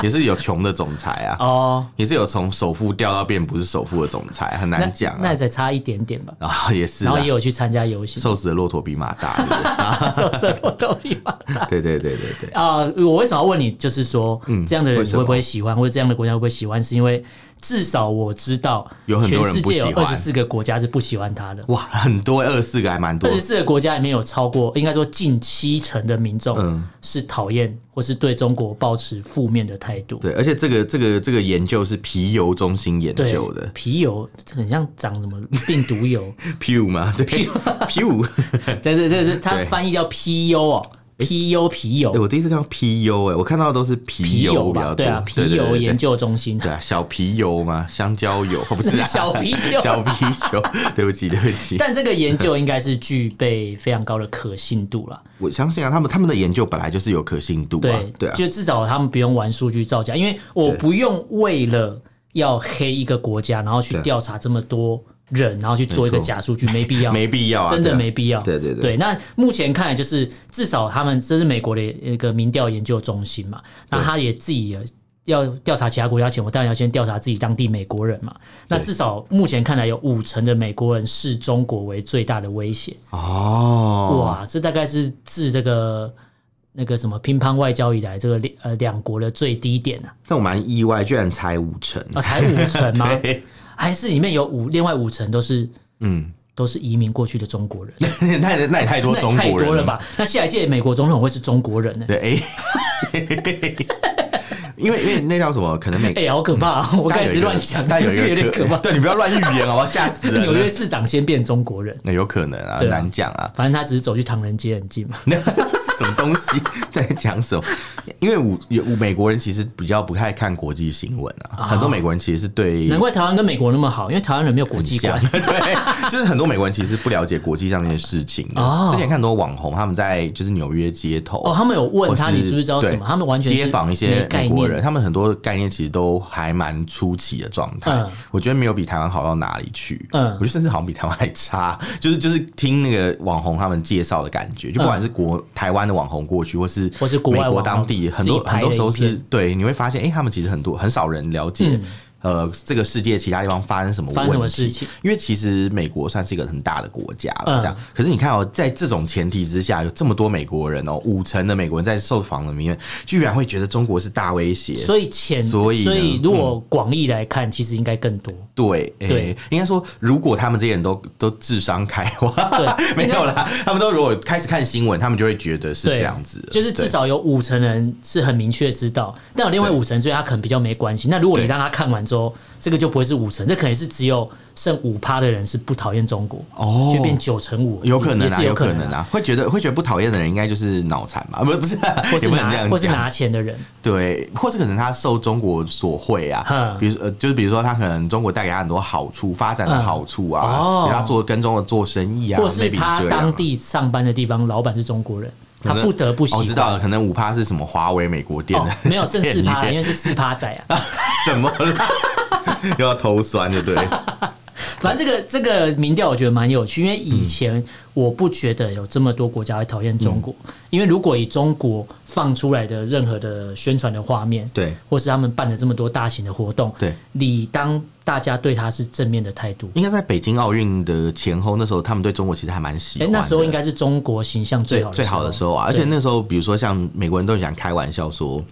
[SPEAKER 1] 也是有穷的总裁啊，
[SPEAKER 2] 哦，
[SPEAKER 1] 也是有从首富掉到变不是首富的总裁，很
[SPEAKER 2] 那
[SPEAKER 1] 难讲
[SPEAKER 2] 那
[SPEAKER 1] 啊。
[SPEAKER 2] 才差一点点吧。
[SPEAKER 1] 然后也是
[SPEAKER 2] 然
[SPEAKER 1] 啊
[SPEAKER 2] 后，也有去参加游行，
[SPEAKER 1] 瘦死的骆驼比马大，对不
[SPEAKER 2] 受受我头皮发麻。
[SPEAKER 1] 对对对对对对，
[SPEAKER 2] 啊、我为什么要问你？就是说，这样的
[SPEAKER 1] 嗯
[SPEAKER 2] 人
[SPEAKER 1] 为
[SPEAKER 2] 你
[SPEAKER 1] 什么
[SPEAKER 2] 会不会喜欢，或者这样的国家会不会喜欢？是因为至少我知道，
[SPEAKER 1] 有很
[SPEAKER 2] 全
[SPEAKER 1] 多人
[SPEAKER 2] 世
[SPEAKER 1] 不
[SPEAKER 2] 界
[SPEAKER 1] 喜
[SPEAKER 2] 有
[SPEAKER 1] 欢
[SPEAKER 2] 二十四个国家是不喜欢他的。
[SPEAKER 1] 哇，很多二四个还蛮多
[SPEAKER 2] 二十四个国家里面有超过，应该说近七成的民众
[SPEAKER 1] 嗯
[SPEAKER 2] 是讨厌或是对中国抱持负面的态度。
[SPEAKER 1] 对，而且这个这个这个研究是皮尤中心研
[SPEAKER 2] 对
[SPEAKER 1] 究的
[SPEAKER 2] 皮油这很像长什么病毒 疣，
[SPEAKER 1] ，Pew 嘛，对，Pew，
[SPEAKER 2] 这这这是它
[SPEAKER 1] 对
[SPEAKER 2] 翻译叫 PU 哦 PU 皮
[SPEAKER 1] 哎，
[SPEAKER 2] 尤
[SPEAKER 1] 我第一次看到皮尤，哎，我看到的都是皮
[SPEAKER 2] 皮
[SPEAKER 1] 尤
[SPEAKER 2] 尤
[SPEAKER 1] 比
[SPEAKER 2] 吧
[SPEAKER 1] 较多，，
[SPEAKER 2] 对啊，
[SPEAKER 1] 对
[SPEAKER 2] 皮尤研。究中心
[SPEAKER 1] 对对对对啊，小皮尤嘛，香蕉 油不是啊
[SPEAKER 2] 小皮球
[SPEAKER 1] 小皮尤， 对不起，对不起。
[SPEAKER 2] 但这个研究应该是具备非常高的可信度了。
[SPEAKER 1] 我相信啊，他们他们的研究本来就是有可信度啊
[SPEAKER 2] 对，
[SPEAKER 1] 对啊，
[SPEAKER 2] 就至少他们不用玩数据造假，因为我不用为了要黑一个国家，然后去
[SPEAKER 1] 对
[SPEAKER 2] 调查这么多人，然后去做一个
[SPEAKER 1] 没错
[SPEAKER 2] 假数据，没必要，
[SPEAKER 1] 没必要啊，
[SPEAKER 2] 真的
[SPEAKER 1] 对啊
[SPEAKER 2] 没必要。
[SPEAKER 1] 对对对
[SPEAKER 2] 对。那目前看来，就是至少他们这是美国的一个民调研究中心嘛，那他也自己也要调查其他国家前，我当然要先调查自己当地美国人嘛。那
[SPEAKER 1] 对
[SPEAKER 2] 至少目前看来，有五成的美国人视中国为最大的威胁。
[SPEAKER 1] 哦，
[SPEAKER 2] 哇，这大概是自这个那个什么乒乓外交以来，这个两呃两国的最低点啊，
[SPEAKER 1] 但我蛮意外，居然才五成，
[SPEAKER 2] 啊才五成吗？
[SPEAKER 1] 对，
[SPEAKER 2] 还是里面有五，另外五成都是
[SPEAKER 1] 嗯，
[SPEAKER 2] 都是移民过去的中国人，
[SPEAKER 1] 那也那也太多
[SPEAKER 2] 那
[SPEAKER 1] 中
[SPEAKER 2] 也太
[SPEAKER 1] 国人
[SPEAKER 2] 多了？吧？那下一届美国总统会是中国人呢、
[SPEAKER 1] 对， 哎、因为因为那叫什么？可能美
[SPEAKER 2] 哎、好可怕、啊！我刚才只是乱讲，
[SPEAKER 1] 嗯但有一个
[SPEAKER 2] 有点可怕。
[SPEAKER 1] 对你不要乱预言好不好？吓死 人啊
[SPEAKER 2] 纽约
[SPEAKER 1] 了。
[SPEAKER 2] 市长先变中国人，
[SPEAKER 1] 那有可能啊，
[SPEAKER 2] 对啊
[SPEAKER 1] 难讲啊，
[SPEAKER 2] 反正他只是走去唐人街很近嘛。
[SPEAKER 1] 那 什么东西在讲什么？因为五有美国人其实比较不太看国际新闻啊，很多美国人其实是对
[SPEAKER 2] 难怪台湾跟美国那么好，因为台湾人没有国际
[SPEAKER 1] 像。
[SPEAKER 2] 观
[SPEAKER 1] 对，就是很多美国人其实不了解国际上面的事情的。
[SPEAKER 2] 哦
[SPEAKER 1] 之前看很多网红他们在就是纽约街头，
[SPEAKER 2] 哦，他们有问他
[SPEAKER 1] 或是
[SPEAKER 2] 你知不知道什么，
[SPEAKER 1] 对
[SPEAKER 2] 他们完全是
[SPEAKER 1] 街访一些
[SPEAKER 2] 没概
[SPEAKER 1] 美国
[SPEAKER 2] 念
[SPEAKER 1] 人，他们很多概念其实都还蛮出奇的状态。
[SPEAKER 2] 嗯
[SPEAKER 1] 我觉得没有比台湾好到哪里去，
[SPEAKER 2] 嗯
[SPEAKER 1] 我觉得甚至好像比台湾还差。 就是就是听那个网红他们介绍的感觉，就不管是国、台湾的网红过去，或是
[SPEAKER 2] 嗯或是国外
[SPEAKER 1] 美国
[SPEAKER 2] 网红
[SPEAKER 1] 当地很多
[SPEAKER 2] 自己拍
[SPEAKER 1] 很
[SPEAKER 2] 的
[SPEAKER 1] 多时候
[SPEAKER 2] 影
[SPEAKER 1] 是
[SPEAKER 2] 片嗯
[SPEAKER 1] 对，你会发现，哎、他们其实很多很少人了解。呃，这个世界其他地方发生什么
[SPEAKER 2] 发生什么
[SPEAKER 1] 问题
[SPEAKER 2] 事情？
[SPEAKER 1] 因为其实美国算是一个很大的国家了，
[SPEAKER 2] 嗯
[SPEAKER 1] 这样。可是你看哦，在这种前提之下，有这么多美国人哦，五成的美国人在受访的里面，居然会觉得中国是大威胁。
[SPEAKER 2] 所以浅，
[SPEAKER 1] 所以呢嗯
[SPEAKER 2] 如果广义来看，其实应该更多。
[SPEAKER 1] 对，诶
[SPEAKER 2] 对
[SPEAKER 1] 应该说，如果他们这些人都都智商开花， 没有啦，他们都如果开始看新闻，他们就会觉得是
[SPEAKER 2] 对，
[SPEAKER 1] 这样子，
[SPEAKER 2] 就是至
[SPEAKER 1] 对
[SPEAKER 2] 少有五成人是很明确知道，但有另外
[SPEAKER 1] 对
[SPEAKER 2] 五成，所以他可能比较没关系。那如果你
[SPEAKER 1] 对
[SPEAKER 2] 让他看完之后，这个就不会是五成，这可能是只有剩五趴的人是不讨厌中国，
[SPEAKER 1] 哦
[SPEAKER 2] 就变九成五，
[SPEAKER 1] 有可能
[SPEAKER 2] 也
[SPEAKER 1] 啊，
[SPEAKER 2] 是
[SPEAKER 1] 有
[SPEAKER 2] 可
[SPEAKER 1] 可能
[SPEAKER 2] 啊，
[SPEAKER 1] 啊，会觉得会觉得不讨厌的人，应该就是脑残嘛，不是不是啊，
[SPEAKER 2] 或
[SPEAKER 1] 也
[SPEAKER 2] 是
[SPEAKER 1] 不能这
[SPEAKER 2] 拿
[SPEAKER 1] 样
[SPEAKER 2] 或是
[SPEAKER 1] 讲
[SPEAKER 2] 拿钱的人，
[SPEAKER 1] 对，或是可能他受中国所惠啊
[SPEAKER 2] 哼，
[SPEAKER 1] 比如说呃，就是比如说他可能中国带给他很多好处，发展的
[SPEAKER 2] 嗯
[SPEAKER 1] 好处啊，
[SPEAKER 2] 哦
[SPEAKER 1] 比如他做跟中国做生意啊，
[SPEAKER 2] 或是
[SPEAKER 1] maybe
[SPEAKER 2] 他
[SPEAKER 1] 这样
[SPEAKER 2] 当地上班的地方老板是中国人，他
[SPEAKER 1] 可能
[SPEAKER 2] 不得不习
[SPEAKER 1] 哦我
[SPEAKER 2] 惯。
[SPEAKER 1] 知道了，可能五趴是什么华为美国店
[SPEAKER 2] 哦
[SPEAKER 1] 的，
[SPEAKER 2] 没有剩四趴，
[SPEAKER 1] 店
[SPEAKER 2] 因
[SPEAKER 1] 员
[SPEAKER 2] 为是四趴仔啊。
[SPEAKER 1] 什么啦， 又要偷酸就 对，
[SPEAKER 2] 反正这个这个民调我觉得蛮有趣，因为以前我不觉得有这么多国家会讨厌中国，
[SPEAKER 1] 嗯
[SPEAKER 2] 因为如果以中国放出来的任何的宣传的画面，
[SPEAKER 1] 对，
[SPEAKER 2] 或是他们办了这么多大型的活动，
[SPEAKER 1] 对，
[SPEAKER 2] 理当大家对他是正面的态度。
[SPEAKER 1] 应该在北京奥运的前后，那时候他们对中国其实还蛮喜
[SPEAKER 2] 哎、
[SPEAKER 1] 欢的，
[SPEAKER 2] 那时候应该是中国形象最
[SPEAKER 1] 最
[SPEAKER 2] 好的
[SPEAKER 1] 最好的时候啊，而
[SPEAKER 2] 对
[SPEAKER 1] 且那时候比如说像美国人都很喜欢开玩笑说。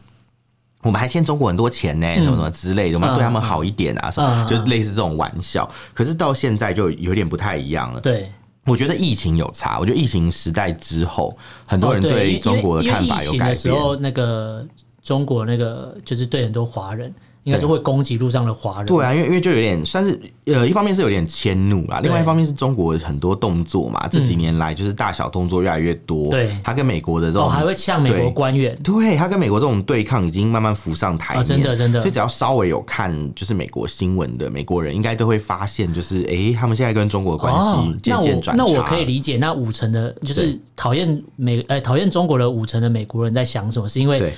[SPEAKER 1] 我们还欠中国很多钱呢、什么什么之类的，我们要对他们好一点啊，什么
[SPEAKER 2] 嗯
[SPEAKER 1] 就是类似这种玩笑。可是到现在就有点不太一样了。
[SPEAKER 2] 对。
[SPEAKER 1] 我觉得疫情有差，我觉得疫情时代之后，很多人
[SPEAKER 2] 哦对因
[SPEAKER 1] 对
[SPEAKER 2] 为
[SPEAKER 1] 中国的
[SPEAKER 2] 因为
[SPEAKER 1] 看
[SPEAKER 2] 因为
[SPEAKER 1] 法
[SPEAKER 2] 疫
[SPEAKER 1] 有
[SPEAKER 2] 情
[SPEAKER 1] 改
[SPEAKER 2] 的时
[SPEAKER 1] 变。
[SPEAKER 2] 候，那个中国那个就是对很多华人，应该是会攻击路上的华人。
[SPEAKER 1] 对啊，因为因为就有点算是呃，一方面是有点迁怒啦，另外一
[SPEAKER 2] 对嗯
[SPEAKER 1] 方面是中国很多动作嘛，这几年来就是大小动作越来越多。
[SPEAKER 2] 对
[SPEAKER 1] 他跟美国的这种
[SPEAKER 2] 哦，还会呛美国
[SPEAKER 1] 对
[SPEAKER 2] 官员。
[SPEAKER 1] 对他跟美国这种对抗已经慢慢浮上台面，
[SPEAKER 2] 啊真的真的
[SPEAKER 1] 所以只要稍微有看就是美国新闻的美国人，应该都会发现，就是哎、诶他们现在跟中国的关系渐渐转差、
[SPEAKER 2] 哦那我那我可以理解，那五成的就是
[SPEAKER 1] 对
[SPEAKER 2] 讨厌美呃讨厌中国的五成的美国人在想什么，是因为
[SPEAKER 1] 对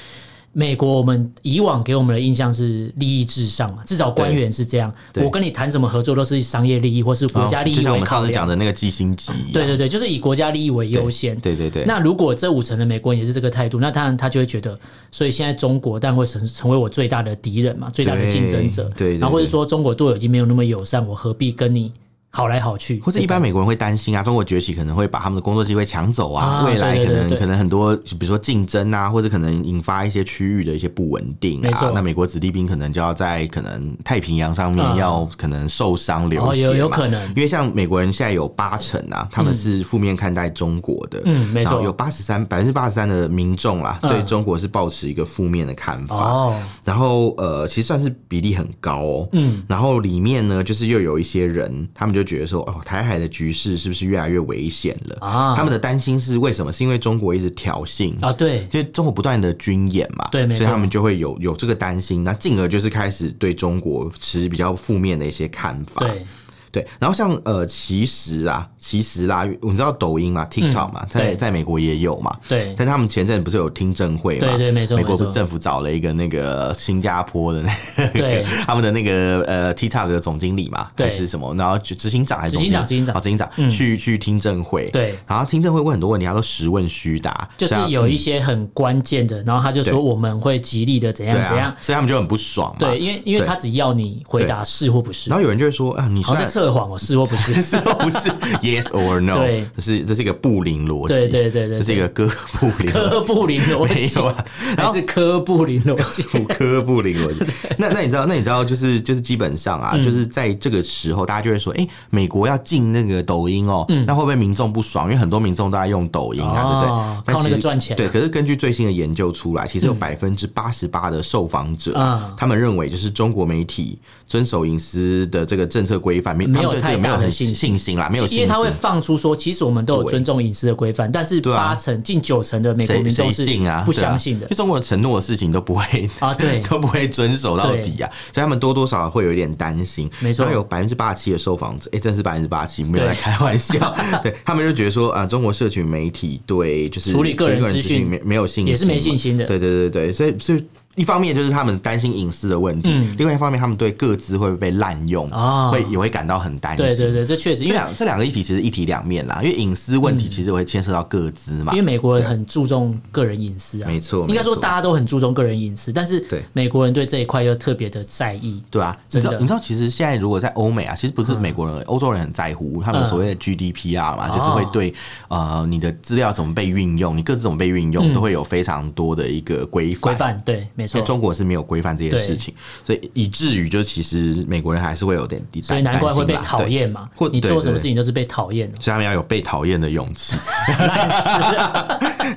[SPEAKER 2] 美国我们以往给我们的印象是利益至上嘛，至少官员是这样。
[SPEAKER 1] 对哦
[SPEAKER 2] 我跟你谈什么合作都是以商业利益或是国家利
[SPEAKER 1] 就
[SPEAKER 2] 益
[SPEAKER 1] 像我
[SPEAKER 2] 为
[SPEAKER 1] 们
[SPEAKER 2] 考
[SPEAKER 1] 上次
[SPEAKER 2] 量。
[SPEAKER 1] 讲的那个基辛吉一样，
[SPEAKER 2] 对对对，就是以国家利益为
[SPEAKER 1] 对
[SPEAKER 2] 优先。
[SPEAKER 1] 对对对。
[SPEAKER 2] 那如果这五成的美国人也是这个态度，那当然他就会觉得，所以现在中国但会成成为我最大的敌人嘛，最大的竞争者。
[SPEAKER 1] 对对
[SPEAKER 2] 然后或者
[SPEAKER 1] 对
[SPEAKER 2] 说中国对我已经没有那么友善，我何必跟你好来好去？
[SPEAKER 1] 或者一般美国人会担心啊，中国崛起可能会把他们的工作机会抢走啊，
[SPEAKER 2] 啊
[SPEAKER 1] 未来
[SPEAKER 2] 对
[SPEAKER 1] 可
[SPEAKER 2] 对对
[SPEAKER 1] 能
[SPEAKER 2] 对
[SPEAKER 1] 可能很多，比如说竞争啊，或者可能引发一些区域的一些不稳定
[SPEAKER 2] 没
[SPEAKER 1] 啊
[SPEAKER 2] 错。
[SPEAKER 1] 那美国子弟兵可能就要在可能太平洋上面
[SPEAKER 2] 嗯
[SPEAKER 1] 要可能受伤流
[SPEAKER 2] 哦
[SPEAKER 1] 血嘛，
[SPEAKER 2] 有有可能
[SPEAKER 1] 因为像美国人现在有八成啊，他们是负面看待中国的，
[SPEAKER 2] 嗯没错
[SPEAKER 1] 然后有八十三百分之八十三的民众啦，
[SPEAKER 2] 嗯
[SPEAKER 1] 对中国是抱持一个负面的看法。
[SPEAKER 2] 哦，
[SPEAKER 1] 然后呃，其实算是比例很高哦。嗯，然后里面呢，就是又有一些人，他们就就觉得说，哦，台海的局势是不是越来越危险了？
[SPEAKER 2] 啊
[SPEAKER 1] 他们的担心是为什么？是因为中国一直挑衅
[SPEAKER 2] 啊，对，
[SPEAKER 1] 就中国不断的军演嘛，
[SPEAKER 2] 对没错
[SPEAKER 1] 所以他们就会有有这个担心，那进而就是开始对中国持比较负面的一些看法。
[SPEAKER 2] 对，
[SPEAKER 1] 对然后像呃，其实啊，其实啦，你知道抖音嘛，TikTok 嘛，在
[SPEAKER 2] 嗯对
[SPEAKER 1] 在美国也有嘛。
[SPEAKER 2] 对，
[SPEAKER 1] 但他们前阵不是有听证会嘛？
[SPEAKER 2] 对对没错
[SPEAKER 1] 美国不
[SPEAKER 2] 没
[SPEAKER 1] 是
[SPEAKER 2] 错
[SPEAKER 1] 政府找了一个那个新加坡的那
[SPEAKER 2] 对
[SPEAKER 1] 个 他们的那个呃 TikTok 的总经理嘛，
[SPEAKER 2] 对
[SPEAKER 1] 还是什么？然后就执行长还是总
[SPEAKER 2] 执行长执行长嗯
[SPEAKER 1] 哦执行长去去听证会，
[SPEAKER 2] 对。
[SPEAKER 1] 然后听证会问很多问题，他都实问虚答，
[SPEAKER 2] 就是
[SPEAKER 1] 所以他
[SPEAKER 2] 有一些很关键的，然后他就
[SPEAKER 1] 对
[SPEAKER 2] 说我们会极力的怎样
[SPEAKER 1] 对
[SPEAKER 2] 怎样
[SPEAKER 1] 啊，，所以他们就很不爽嘛。
[SPEAKER 2] 对，因为因为
[SPEAKER 1] 对
[SPEAKER 2] 他只要你回答是或不是，
[SPEAKER 1] 然后有人就会说啊，你
[SPEAKER 2] 好
[SPEAKER 1] 虽
[SPEAKER 2] 像
[SPEAKER 1] 然，
[SPEAKER 2] 在测谎，我哦是或不是
[SPEAKER 1] 是都不是 yes or no，
[SPEAKER 2] 对
[SPEAKER 1] 这是这是一个布林逻辑，
[SPEAKER 2] 对对对对
[SPEAKER 1] 这是一个哥布林
[SPEAKER 2] 科布林 逻
[SPEAKER 1] 没
[SPEAKER 2] 辑
[SPEAKER 1] 有啊，然
[SPEAKER 2] 还
[SPEAKER 1] 后
[SPEAKER 2] 是科布林逻辑？
[SPEAKER 1] 普科布林 逻辑。那那你知道，那你知道，就是就是基本上啊，
[SPEAKER 2] 嗯
[SPEAKER 1] 就是在这个时候，大家就会说，哎、美国要禁那个抖音哦、
[SPEAKER 2] 嗯
[SPEAKER 1] 那会不会民众不爽？因为很多民众都在用抖音啊，
[SPEAKER 2] 哦
[SPEAKER 1] 对不对？但
[SPEAKER 2] 靠那
[SPEAKER 1] 其
[SPEAKER 2] 个
[SPEAKER 1] 实
[SPEAKER 2] 赚钱啊嗯
[SPEAKER 1] 对，可是根据最新的研究出来，其实有百分之八十八的受访者、
[SPEAKER 2] 啊
[SPEAKER 1] 他们认为就是中国媒体遵守隐私的这个政策规范，没
[SPEAKER 2] 没
[SPEAKER 1] 他
[SPEAKER 2] 有
[SPEAKER 1] 们对这
[SPEAKER 2] 太
[SPEAKER 1] 个没有
[SPEAKER 2] 大的
[SPEAKER 1] 很
[SPEAKER 2] 信心
[SPEAKER 1] 信心啦， 没有信
[SPEAKER 2] 因
[SPEAKER 1] 心
[SPEAKER 2] 为。他会放出说，其实我们都有
[SPEAKER 1] 对
[SPEAKER 2] 尊重隐私的规范，但是
[SPEAKER 1] 对啊
[SPEAKER 2] 八成近九成的美国
[SPEAKER 1] 谁
[SPEAKER 2] 民
[SPEAKER 1] 谁
[SPEAKER 2] 众是
[SPEAKER 1] 信啊？
[SPEAKER 2] 不
[SPEAKER 1] 对啊
[SPEAKER 2] 相信的
[SPEAKER 1] 因为中国人承诺的事情都不会
[SPEAKER 2] 啊，对
[SPEAKER 1] 都不会遵守到底啊，所以他们多多少少会有一点担心。
[SPEAKER 2] 没错
[SPEAKER 1] 然后有百分之八七的受访者，哎、真的是百分之八七，没有在开玩 笑。对他们就觉得说啊、中国社群媒体对就是
[SPEAKER 2] 处理个人
[SPEAKER 1] 个人
[SPEAKER 2] 资
[SPEAKER 1] 资讯
[SPEAKER 2] 讯
[SPEAKER 1] 没没有信心嘛，
[SPEAKER 2] 也是没信心的
[SPEAKER 1] 对对对对，所以所以。一方面就是他们担心隐私的问题，另外一方面他们对各自会不会被滥用，
[SPEAKER 2] 嗯啊
[SPEAKER 1] 会也会感到很担心。
[SPEAKER 2] 对对对，这确实，
[SPEAKER 1] 这
[SPEAKER 2] 因为
[SPEAKER 1] 两这两个议题其实一体两面啦，因为隐私
[SPEAKER 2] 嗯
[SPEAKER 1] 问题其实会牵涉到各自嘛
[SPEAKER 2] 因。为美国人很注重个人隐私啊，
[SPEAKER 1] 没错
[SPEAKER 2] 应该说
[SPEAKER 1] 没错
[SPEAKER 2] 大家都很注重个人隐私，但是
[SPEAKER 1] 对
[SPEAKER 2] 美国人对这一块又特别的在意。
[SPEAKER 1] 对啊，你知
[SPEAKER 2] 真
[SPEAKER 1] 道
[SPEAKER 2] 的嗯
[SPEAKER 1] 你知道，其实现在如果在欧美啊，其实不是美国人，欧、洲人很在乎他们有所谓的 GDPR 啊嘛，
[SPEAKER 2] 哦
[SPEAKER 1] 就是会对呃你的资料怎么被运用，你各自怎么被运用，都会有非常多的一个规
[SPEAKER 2] 嗯规
[SPEAKER 1] 范。
[SPEAKER 2] 范对，没
[SPEAKER 1] 因
[SPEAKER 2] 错
[SPEAKER 1] 为。哎中国是没有规范这件事情，所以以至于就其实美国人还是会有点担
[SPEAKER 2] 所以难怪会被
[SPEAKER 1] 担心啦
[SPEAKER 2] 讨厌嘛
[SPEAKER 1] 对或，
[SPEAKER 2] 你做什
[SPEAKER 1] 对
[SPEAKER 2] 么事，
[SPEAKER 1] 对对
[SPEAKER 2] 情都是被讨 厌的。
[SPEAKER 1] 所以他们要有被讨厌的勇气。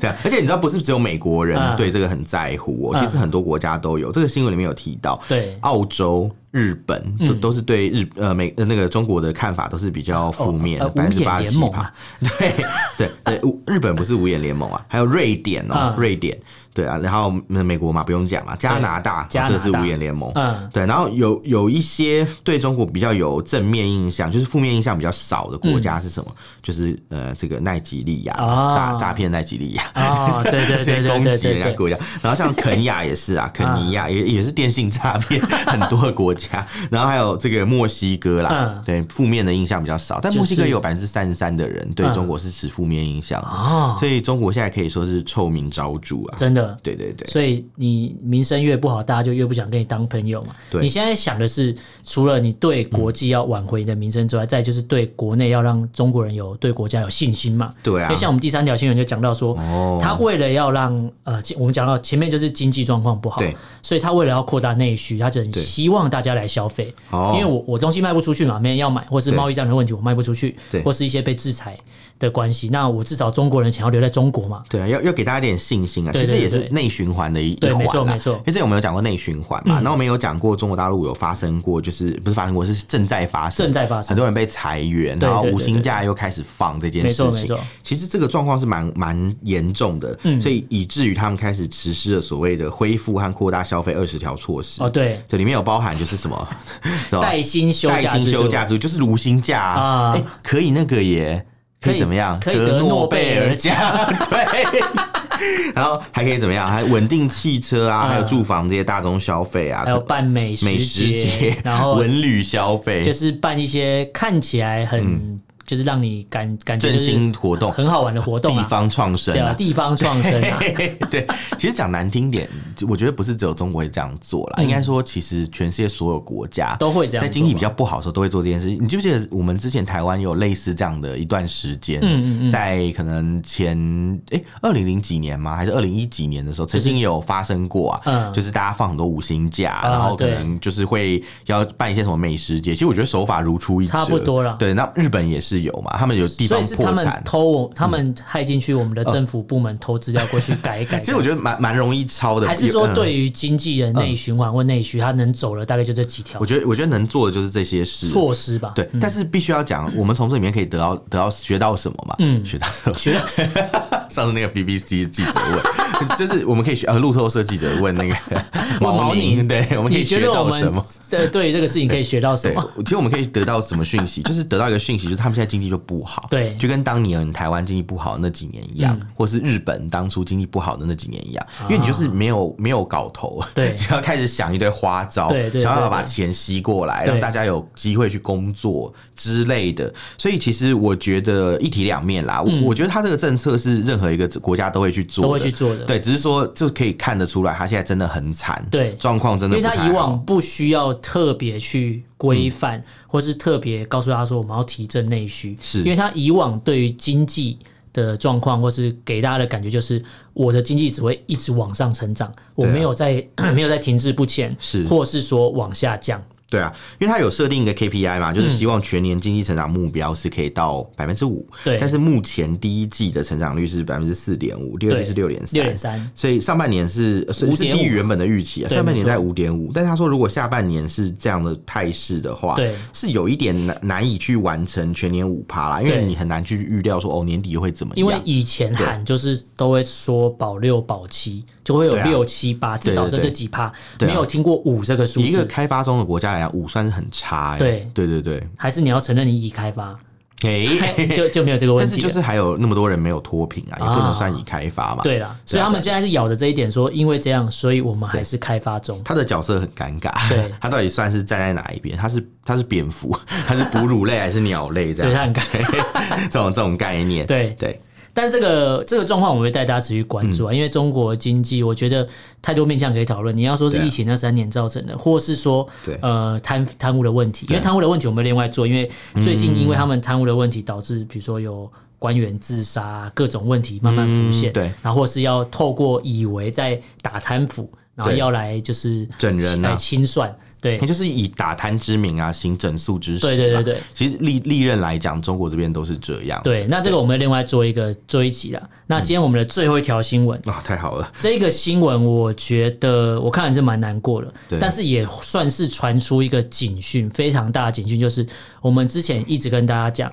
[SPEAKER 1] 对啊，而且你知道，不是只有美国人
[SPEAKER 2] 嗯
[SPEAKER 1] 对这个很在乎哦，
[SPEAKER 2] 嗯
[SPEAKER 1] 其实很多国家都有。这个新闻里面有提到，
[SPEAKER 2] 对嗯
[SPEAKER 1] 澳洲、日本都都是对日呃美呃那个中国的看法都是比较负面的，
[SPEAKER 2] 哦呃
[SPEAKER 1] 百分之八十
[SPEAKER 2] 五眼
[SPEAKER 1] 七
[SPEAKER 2] 联盟
[SPEAKER 1] 吧
[SPEAKER 2] 啊。
[SPEAKER 1] 对对对，五日本不是五眼联盟啊，还有瑞典哦，
[SPEAKER 2] 嗯
[SPEAKER 1] 瑞典对啊，然后嗯美国嘛不用讲了，加拿大哦
[SPEAKER 2] 加拿
[SPEAKER 1] 这
[SPEAKER 2] 大
[SPEAKER 1] 个是五眼联盟，
[SPEAKER 2] 嗯
[SPEAKER 1] 对，然后有有一些对中国比较有正面印象，就是负面印象比较少的国家是什么？就是呃这个奈及利亚
[SPEAKER 2] 啊
[SPEAKER 1] 诈诈骗奈及利亚。
[SPEAKER 2] 啊，对对对
[SPEAKER 1] 直接
[SPEAKER 2] 对
[SPEAKER 1] 攻
[SPEAKER 2] 对
[SPEAKER 1] 击人家
[SPEAKER 2] 对嗯对，
[SPEAKER 1] 国家。然后像肯雅也是啊，肯尼亚也也是电信诈骗很多的国家。然后还有这个墨西哥啦
[SPEAKER 2] 嗯，
[SPEAKER 1] 对负面的印象比较少，但
[SPEAKER 2] 就是
[SPEAKER 1] 墨西哥有百分之三十三的人对
[SPEAKER 2] 嗯
[SPEAKER 1] 中国是持负面印象的
[SPEAKER 2] 哦
[SPEAKER 1] 所以中国现在可以说是臭名昭著啊。
[SPEAKER 2] 真的。
[SPEAKER 1] 对对对，
[SPEAKER 2] 所以你名声越不好，大家就越不想跟你当朋友嘛。
[SPEAKER 1] 对
[SPEAKER 2] 你现在想的是，除了你对国际要挽回你的名声之外，再就是对国内要让中国人有对国家有信心嘛。
[SPEAKER 1] 对啊
[SPEAKER 2] 因为像我们第三条新闻就讲到说，
[SPEAKER 1] 哦
[SPEAKER 2] 他为了要让呃，其我们讲到前面就是经济状况不好
[SPEAKER 1] 对，
[SPEAKER 2] 所以他为了要扩大内需，他就很
[SPEAKER 1] 对
[SPEAKER 2] 希望大家来消费，
[SPEAKER 1] 哦
[SPEAKER 2] 因为我我东西卖不出去嘛，没人要买，或是
[SPEAKER 1] 对
[SPEAKER 2] 贸易战的问题我卖不出去
[SPEAKER 1] 对，
[SPEAKER 2] 或是一些被制裁的关系，那我至少中国人想要留在中国嘛，
[SPEAKER 1] 对啊，要要给大家一点信心啊！
[SPEAKER 2] 对
[SPEAKER 1] 其实
[SPEAKER 2] 对
[SPEAKER 1] 也是
[SPEAKER 2] 对
[SPEAKER 1] 内循环的一一
[SPEAKER 2] 对
[SPEAKER 1] 环
[SPEAKER 2] 没错
[SPEAKER 1] 啦
[SPEAKER 2] 没错嗯
[SPEAKER 1] 因为之前我们有讲过内循环嘛，然后我们有讲过中国大陆有发生过，就是不是发生过，是正在发生，
[SPEAKER 2] 正在发生
[SPEAKER 1] 很多人被裁员，
[SPEAKER 2] 对
[SPEAKER 1] 然后
[SPEAKER 2] 对对
[SPEAKER 1] 无薪假又开始放这件
[SPEAKER 2] 没
[SPEAKER 1] 事
[SPEAKER 2] 错没
[SPEAKER 1] 情
[SPEAKER 2] 错。嗯
[SPEAKER 1] 其实这个状况是蛮蛮严重的，所以以至于他们开始实施了所谓的恢复和扩大消费二十条措施
[SPEAKER 2] 哦。对，
[SPEAKER 1] 这里面有包含就是什么 什么
[SPEAKER 2] 带薪休
[SPEAKER 1] 哦带
[SPEAKER 2] 假制
[SPEAKER 1] 薪
[SPEAKER 2] 度，
[SPEAKER 1] 休假族就是无薪假啊，
[SPEAKER 2] 啊
[SPEAKER 1] 哎、可以那个耶，可
[SPEAKER 2] 可
[SPEAKER 1] 以
[SPEAKER 2] 以
[SPEAKER 1] 怎么样？
[SPEAKER 2] 可以得
[SPEAKER 1] 诺
[SPEAKER 2] 诺贝尔
[SPEAKER 1] 奖， 对。然后还可以怎么样？还稳定汽车啊，
[SPEAKER 2] 嗯
[SPEAKER 1] 还有住房这些大宗消费啊，
[SPEAKER 2] 还有办美
[SPEAKER 1] 美食
[SPEAKER 2] 节
[SPEAKER 1] 节，，
[SPEAKER 2] 然后
[SPEAKER 1] 文旅消费，
[SPEAKER 2] 就是办一些看起来很、就是让你感感
[SPEAKER 1] 嗯
[SPEAKER 2] 觉
[SPEAKER 1] 振
[SPEAKER 2] 就是
[SPEAKER 1] 兴活动，
[SPEAKER 2] 很好玩的活动
[SPEAKER 1] 地
[SPEAKER 2] 啊，
[SPEAKER 1] 方创生
[SPEAKER 2] 对啊，
[SPEAKER 1] 啊。
[SPEAKER 2] 地方创生啊，
[SPEAKER 1] 对，其实讲难听点，我觉得不是只有中国会这样做啦，应该说其实全世界所有国家
[SPEAKER 2] 嗯都会这样
[SPEAKER 1] 在
[SPEAKER 2] 做
[SPEAKER 1] 经济比较不好的时候都会做这件事情。你记不记得我们之前台湾有类似这样的一段时间？
[SPEAKER 2] 嗯嗯嗯
[SPEAKER 1] 在可能前诶二零零几年吗？还是二零一几年的时候，曾经有发生过啊，
[SPEAKER 2] 嗯
[SPEAKER 1] 就是大家放很多五星假，
[SPEAKER 2] 啊
[SPEAKER 1] 然后可
[SPEAKER 2] 对
[SPEAKER 1] 能就是会要办一些什么美食节。其实我觉得手法如出一辙，
[SPEAKER 2] 差不多啦
[SPEAKER 1] 对，那日本也是是有嘛，他们有地
[SPEAKER 2] 所
[SPEAKER 1] 方
[SPEAKER 2] 以是他
[SPEAKER 1] 破
[SPEAKER 2] 们
[SPEAKER 1] 产。嗯
[SPEAKER 2] 偷我，他们害进去我们的政府部门偷资料过去 改一改。
[SPEAKER 1] 其实我觉得蛮蛮容易抄的，
[SPEAKER 2] 还是
[SPEAKER 1] 有
[SPEAKER 2] 说
[SPEAKER 1] 嗯
[SPEAKER 2] 对于经济的内循环或内需，它能走的大概就这几条
[SPEAKER 1] 我觉得我觉得能做的就是这些事。
[SPEAKER 2] 措施吧。
[SPEAKER 1] 对，但是必须要讲，我们从这里面可以得到得到学到什么嘛？嗯，学到什么？学到 上次那个 BBC 记者问，就是我们可以学呃，路透社记者问那个
[SPEAKER 2] 毛宁
[SPEAKER 1] 宁，对，我们可以
[SPEAKER 2] 你觉
[SPEAKER 1] 学
[SPEAKER 2] 得我
[SPEAKER 1] 到
[SPEAKER 2] 们
[SPEAKER 1] 什么？
[SPEAKER 2] 这对于这个事情可以学到什
[SPEAKER 1] 对
[SPEAKER 2] 么？，
[SPEAKER 1] 其实我们可以得到什么讯 息？就是得到一个讯息，就是他们现在经济就不好，
[SPEAKER 2] 对嗯
[SPEAKER 1] 就跟当年台湾经济不好那几年一样，或是日本当初经济不好的那几年一样，因为你就是没有没有搞头，
[SPEAKER 2] 啊对
[SPEAKER 1] 就要开始想一堆花招，
[SPEAKER 2] 对对
[SPEAKER 1] 想办法
[SPEAKER 2] 对
[SPEAKER 1] 把
[SPEAKER 2] 对
[SPEAKER 1] 钱吸过来，
[SPEAKER 2] 对
[SPEAKER 1] 让大家有机会去工作之类的。所以其实我觉得一体两面啦，我我觉得他这个政策是任何一个国家都会去做的，
[SPEAKER 2] 嗯都会去做的
[SPEAKER 1] 对，只是说就可以看得出来，他现在真的很惨，
[SPEAKER 2] 对
[SPEAKER 1] 状况真
[SPEAKER 2] 因
[SPEAKER 1] 的不太
[SPEAKER 2] 为他
[SPEAKER 1] 好，嗯
[SPEAKER 2] 以往不需要特别去规范，或是特别告诉他说我们要提振内需，
[SPEAKER 1] 是
[SPEAKER 2] 因为他以往对于经济的状况，或是给大家的感觉就是我的经济只会一直往上成长，我
[SPEAKER 1] 对啊
[SPEAKER 2] 没有在 没有在停滞不前，
[SPEAKER 1] 是
[SPEAKER 2] 或是说往下降。
[SPEAKER 1] 对啊，因为它有设定一个 KPI 嘛，
[SPEAKER 2] 嗯
[SPEAKER 1] 就是希望全年经济成长目标是可以到百分之五。
[SPEAKER 2] 对
[SPEAKER 1] 但是目前第一季的成长率是百分之四点五，第二季是六点
[SPEAKER 2] 六
[SPEAKER 1] 三
[SPEAKER 2] 点。三，
[SPEAKER 1] 所以上半年是呃是是
[SPEAKER 2] 5.5
[SPEAKER 1] 低于原本的预期啊，
[SPEAKER 2] 对
[SPEAKER 1] 上半年
[SPEAKER 2] 没错
[SPEAKER 1] 在五点五，但是他说如果下半年是这样的态势的话，
[SPEAKER 2] 对
[SPEAKER 1] 是有一点难难以去完成全年五趴啦，因为
[SPEAKER 2] 对
[SPEAKER 1] 你很难去预料说哦年底会怎么
[SPEAKER 2] 因为
[SPEAKER 1] 样。
[SPEAKER 2] 以前喊就是都会说保六保七，就会有
[SPEAKER 1] 对啊
[SPEAKER 2] 六七八，至少
[SPEAKER 1] 对
[SPEAKER 2] 在
[SPEAKER 1] 对
[SPEAKER 2] 这
[SPEAKER 1] 对
[SPEAKER 2] 几趴，
[SPEAKER 1] 对啊
[SPEAKER 2] 没有听过五这个数
[SPEAKER 1] 以一个
[SPEAKER 2] 字，
[SPEAKER 1] 开发中的国家来讲，五算是很差、欸。
[SPEAKER 2] 对
[SPEAKER 1] 对对 对，
[SPEAKER 2] 还是你要承认你已开发，
[SPEAKER 1] 诶、
[SPEAKER 2] 就就没有这个问
[SPEAKER 1] 但是
[SPEAKER 2] 题
[SPEAKER 1] 就
[SPEAKER 2] 了。
[SPEAKER 1] 是还有那么多人没有脱贫啊，也不
[SPEAKER 2] 啊
[SPEAKER 1] 能算已开发嘛。啊
[SPEAKER 2] 对啦，所以他们现在是咬着这一点说，因为这样，所以我们还是开发中。
[SPEAKER 1] 他的角色很尴尬，
[SPEAKER 2] 对
[SPEAKER 1] 他到底算是站在哪一边？他是他是蝙蝠， 他是哺乳类还 是鸟类？这
[SPEAKER 2] 所以他
[SPEAKER 1] 样
[SPEAKER 2] 很尴尬，
[SPEAKER 1] 这种这种概念，
[SPEAKER 2] 对，
[SPEAKER 1] 对嗯
[SPEAKER 2] 但这个这个状况我会带大家持续关注啊，因为中国经济，我觉得太多面向可以讨论。你要说是
[SPEAKER 1] 对啊
[SPEAKER 2] 疫情那三年造成的，或是说
[SPEAKER 1] 对
[SPEAKER 2] 呃贪贪污的问题，因为贪污的问题我们另外做，因为最近因为他们贪污的问题导致，比如说有。官员自杀啊各种问题慢慢浮现，
[SPEAKER 1] 嗯对，
[SPEAKER 2] 然后或是要透过以为在打贪腐，然后
[SPEAKER 1] 对
[SPEAKER 2] 要来就是
[SPEAKER 1] 整人啊
[SPEAKER 2] 来清算，对
[SPEAKER 1] 那，就是以打贪之名啊，行整肃之实。
[SPEAKER 2] 对对对对，
[SPEAKER 1] 其实历历任来讲，中国这边都是这样。
[SPEAKER 2] 对，那这个我们另外做一个做一集啦。那今天我们的最后一条新闻，
[SPEAKER 1] 啊、太好了，
[SPEAKER 2] 这个新闻我觉得我看还是蛮难过的
[SPEAKER 1] 对，
[SPEAKER 2] 但是也算是传出一个警讯，非常大的警讯，就是我们之前一直跟大家讲，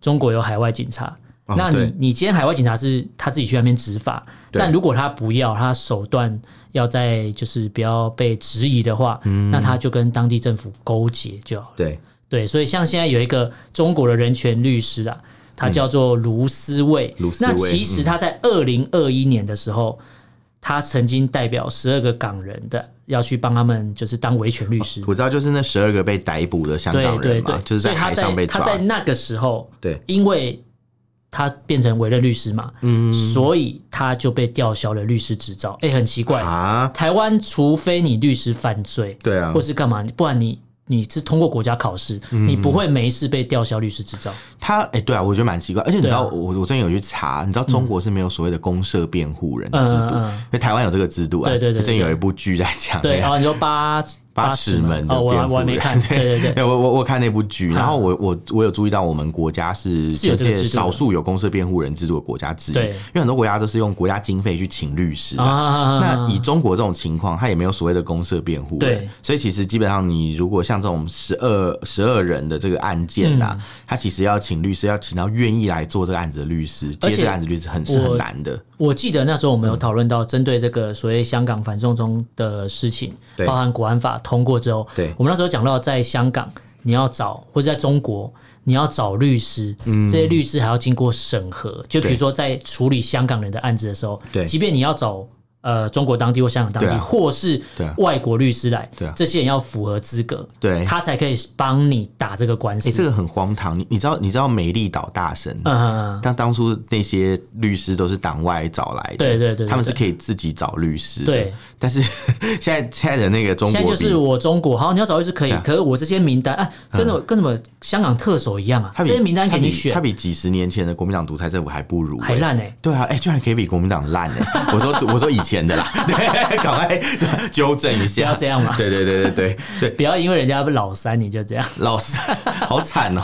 [SPEAKER 2] 中国有海外警察。
[SPEAKER 1] 哦
[SPEAKER 2] 那
[SPEAKER 1] 对
[SPEAKER 2] 你你今天海外警察是他自己去那边执法，
[SPEAKER 1] 对
[SPEAKER 2] 但如果他不要，他手段要在就是不要被质疑的话，
[SPEAKER 1] 嗯
[SPEAKER 2] 那他就跟当地政府勾结就好了。
[SPEAKER 1] 对，
[SPEAKER 2] 对，所以像现在有一个中国的人权律师啊，他叫做卢思卫。
[SPEAKER 1] 嗯卢思嗯
[SPEAKER 2] 那
[SPEAKER 1] 卫
[SPEAKER 2] 其实他在二零二一年的时候，他曾经代表十二个港人的要去帮他们，就是当维权律师。
[SPEAKER 1] 我知道，啊就是那十二个被逮捕的香
[SPEAKER 2] 对
[SPEAKER 1] 港
[SPEAKER 2] 对
[SPEAKER 1] 人嘛，
[SPEAKER 2] 对，
[SPEAKER 1] 就是
[SPEAKER 2] 所以他
[SPEAKER 1] 海上被抓
[SPEAKER 2] 他。在那个时候，
[SPEAKER 1] 对，
[SPEAKER 2] 因为他变成委任律师嘛，
[SPEAKER 1] 嗯
[SPEAKER 2] 所以他就被吊销了律师执照。哎、很奇怪，
[SPEAKER 1] 啊，
[SPEAKER 2] 台湾除非你律师犯罪，
[SPEAKER 1] 对啊
[SPEAKER 2] 或，是干嘛，不然你你是通过国家考试，
[SPEAKER 1] 嗯
[SPEAKER 2] 你不会没事被吊销律师执照。
[SPEAKER 1] 他哎、对啊，我觉得蛮奇怪，而且你知道，
[SPEAKER 2] 对啊嗯
[SPEAKER 1] 我我最近有去查，你知道中国是没有所谓的公社辩护人制
[SPEAKER 2] 嗯嗯
[SPEAKER 1] 度，
[SPEAKER 2] 嗯
[SPEAKER 1] 因为台湾有这个制度啊。
[SPEAKER 2] 对对对对
[SPEAKER 1] 最近有一部剧在讲那个，
[SPEAKER 2] 对，然哦后你说八
[SPEAKER 1] 八
[SPEAKER 2] 尺
[SPEAKER 1] 尺门的
[SPEAKER 2] 哦，我
[SPEAKER 1] 辩
[SPEAKER 2] 还
[SPEAKER 1] 护
[SPEAKER 2] 我还没
[SPEAKER 1] 人
[SPEAKER 2] 看，对 对对，
[SPEAKER 1] 对，我我我看那部剧，
[SPEAKER 2] 啊
[SPEAKER 1] 然后我我我有注意到，我们国家是
[SPEAKER 2] 是有
[SPEAKER 1] 全
[SPEAKER 2] 这个
[SPEAKER 1] 世界
[SPEAKER 2] 制度的
[SPEAKER 1] 少数有公社辩护人制度的国家之一，
[SPEAKER 2] 对
[SPEAKER 1] 因为很多国家都是用国家经费去请律师嘛。
[SPEAKER 2] 啊，
[SPEAKER 1] 那以中国这种情况，它也没有所谓的公社辩护人
[SPEAKER 2] 对，
[SPEAKER 1] 所以其实基本上你如果像这种十二十二人的这个案件呐、
[SPEAKER 2] 嗯
[SPEAKER 1] 他其实要请律师，要请到愿意来做这个案子的律师，接
[SPEAKER 2] 而且
[SPEAKER 1] 这个案子的律师很是
[SPEAKER 2] 我
[SPEAKER 1] 很难的。
[SPEAKER 2] 我记得那时候我
[SPEAKER 1] 嗯
[SPEAKER 2] 们有讨论到针对这个所谓香港反送中的事情，
[SPEAKER 1] 对
[SPEAKER 2] 包含国安法通过之后，
[SPEAKER 1] 对
[SPEAKER 2] 我们那时候讲到在香港你要找或者在中国。你要找律师，这些律师还要经过审核。就比如
[SPEAKER 1] 嗯对
[SPEAKER 2] 说，在处理香港人的案子的时候，
[SPEAKER 1] 对
[SPEAKER 2] 即便你要找呃中国当地或香港当地，
[SPEAKER 1] 对啊
[SPEAKER 2] 或是
[SPEAKER 1] 对啊
[SPEAKER 2] 外国律师来，
[SPEAKER 1] 对啊
[SPEAKER 2] 这些人要符合资格，
[SPEAKER 1] 对
[SPEAKER 2] 他才可以帮你打这个官司。
[SPEAKER 1] 哎、这个很荒唐，你你知道你知道美丽岛大神，
[SPEAKER 2] 嗯嗯，嗯
[SPEAKER 1] 但当初那些律师都是党外找来的，
[SPEAKER 2] 对对对对
[SPEAKER 1] 他们是可以自己找律师的。
[SPEAKER 2] 对，
[SPEAKER 1] 但是 现在现在的那个中
[SPEAKER 2] 现在
[SPEAKER 1] 国
[SPEAKER 2] 就
[SPEAKER 1] 比，
[SPEAKER 2] 是我中国，好，你要找律师可以
[SPEAKER 1] 对，啊嗯
[SPEAKER 2] 可是我这些名单啊，跟什么跟什么香港特首一样啊，
[SPEAKER 1] 他
[SPEAKER 2] 这
[SPEAKER 1] 比
[SPEAKER 2] 些名单给你
[SPEAKER 1] 他
[SPEAKER 2] 选
[SPEAKER 1] 比，他比几十年前的国民党独裁政府还不如、
[SPEAKER 2] 还
[SPEAKER 1] 欸
[SPEAKER 2] 烂哎，
[SPEAKER 1] 对啊，哎、居然可以比国民党烂哎、我说，我说以前的啦，对，赶快纠正一下，
[SPEAKER 2] 不要这样嘛
[SPEAKER 1] 对对对对对对，
[SPEAKER 2] 不要因为人家老三你就这样。
[SPEAKER 1] 老师好惨哦、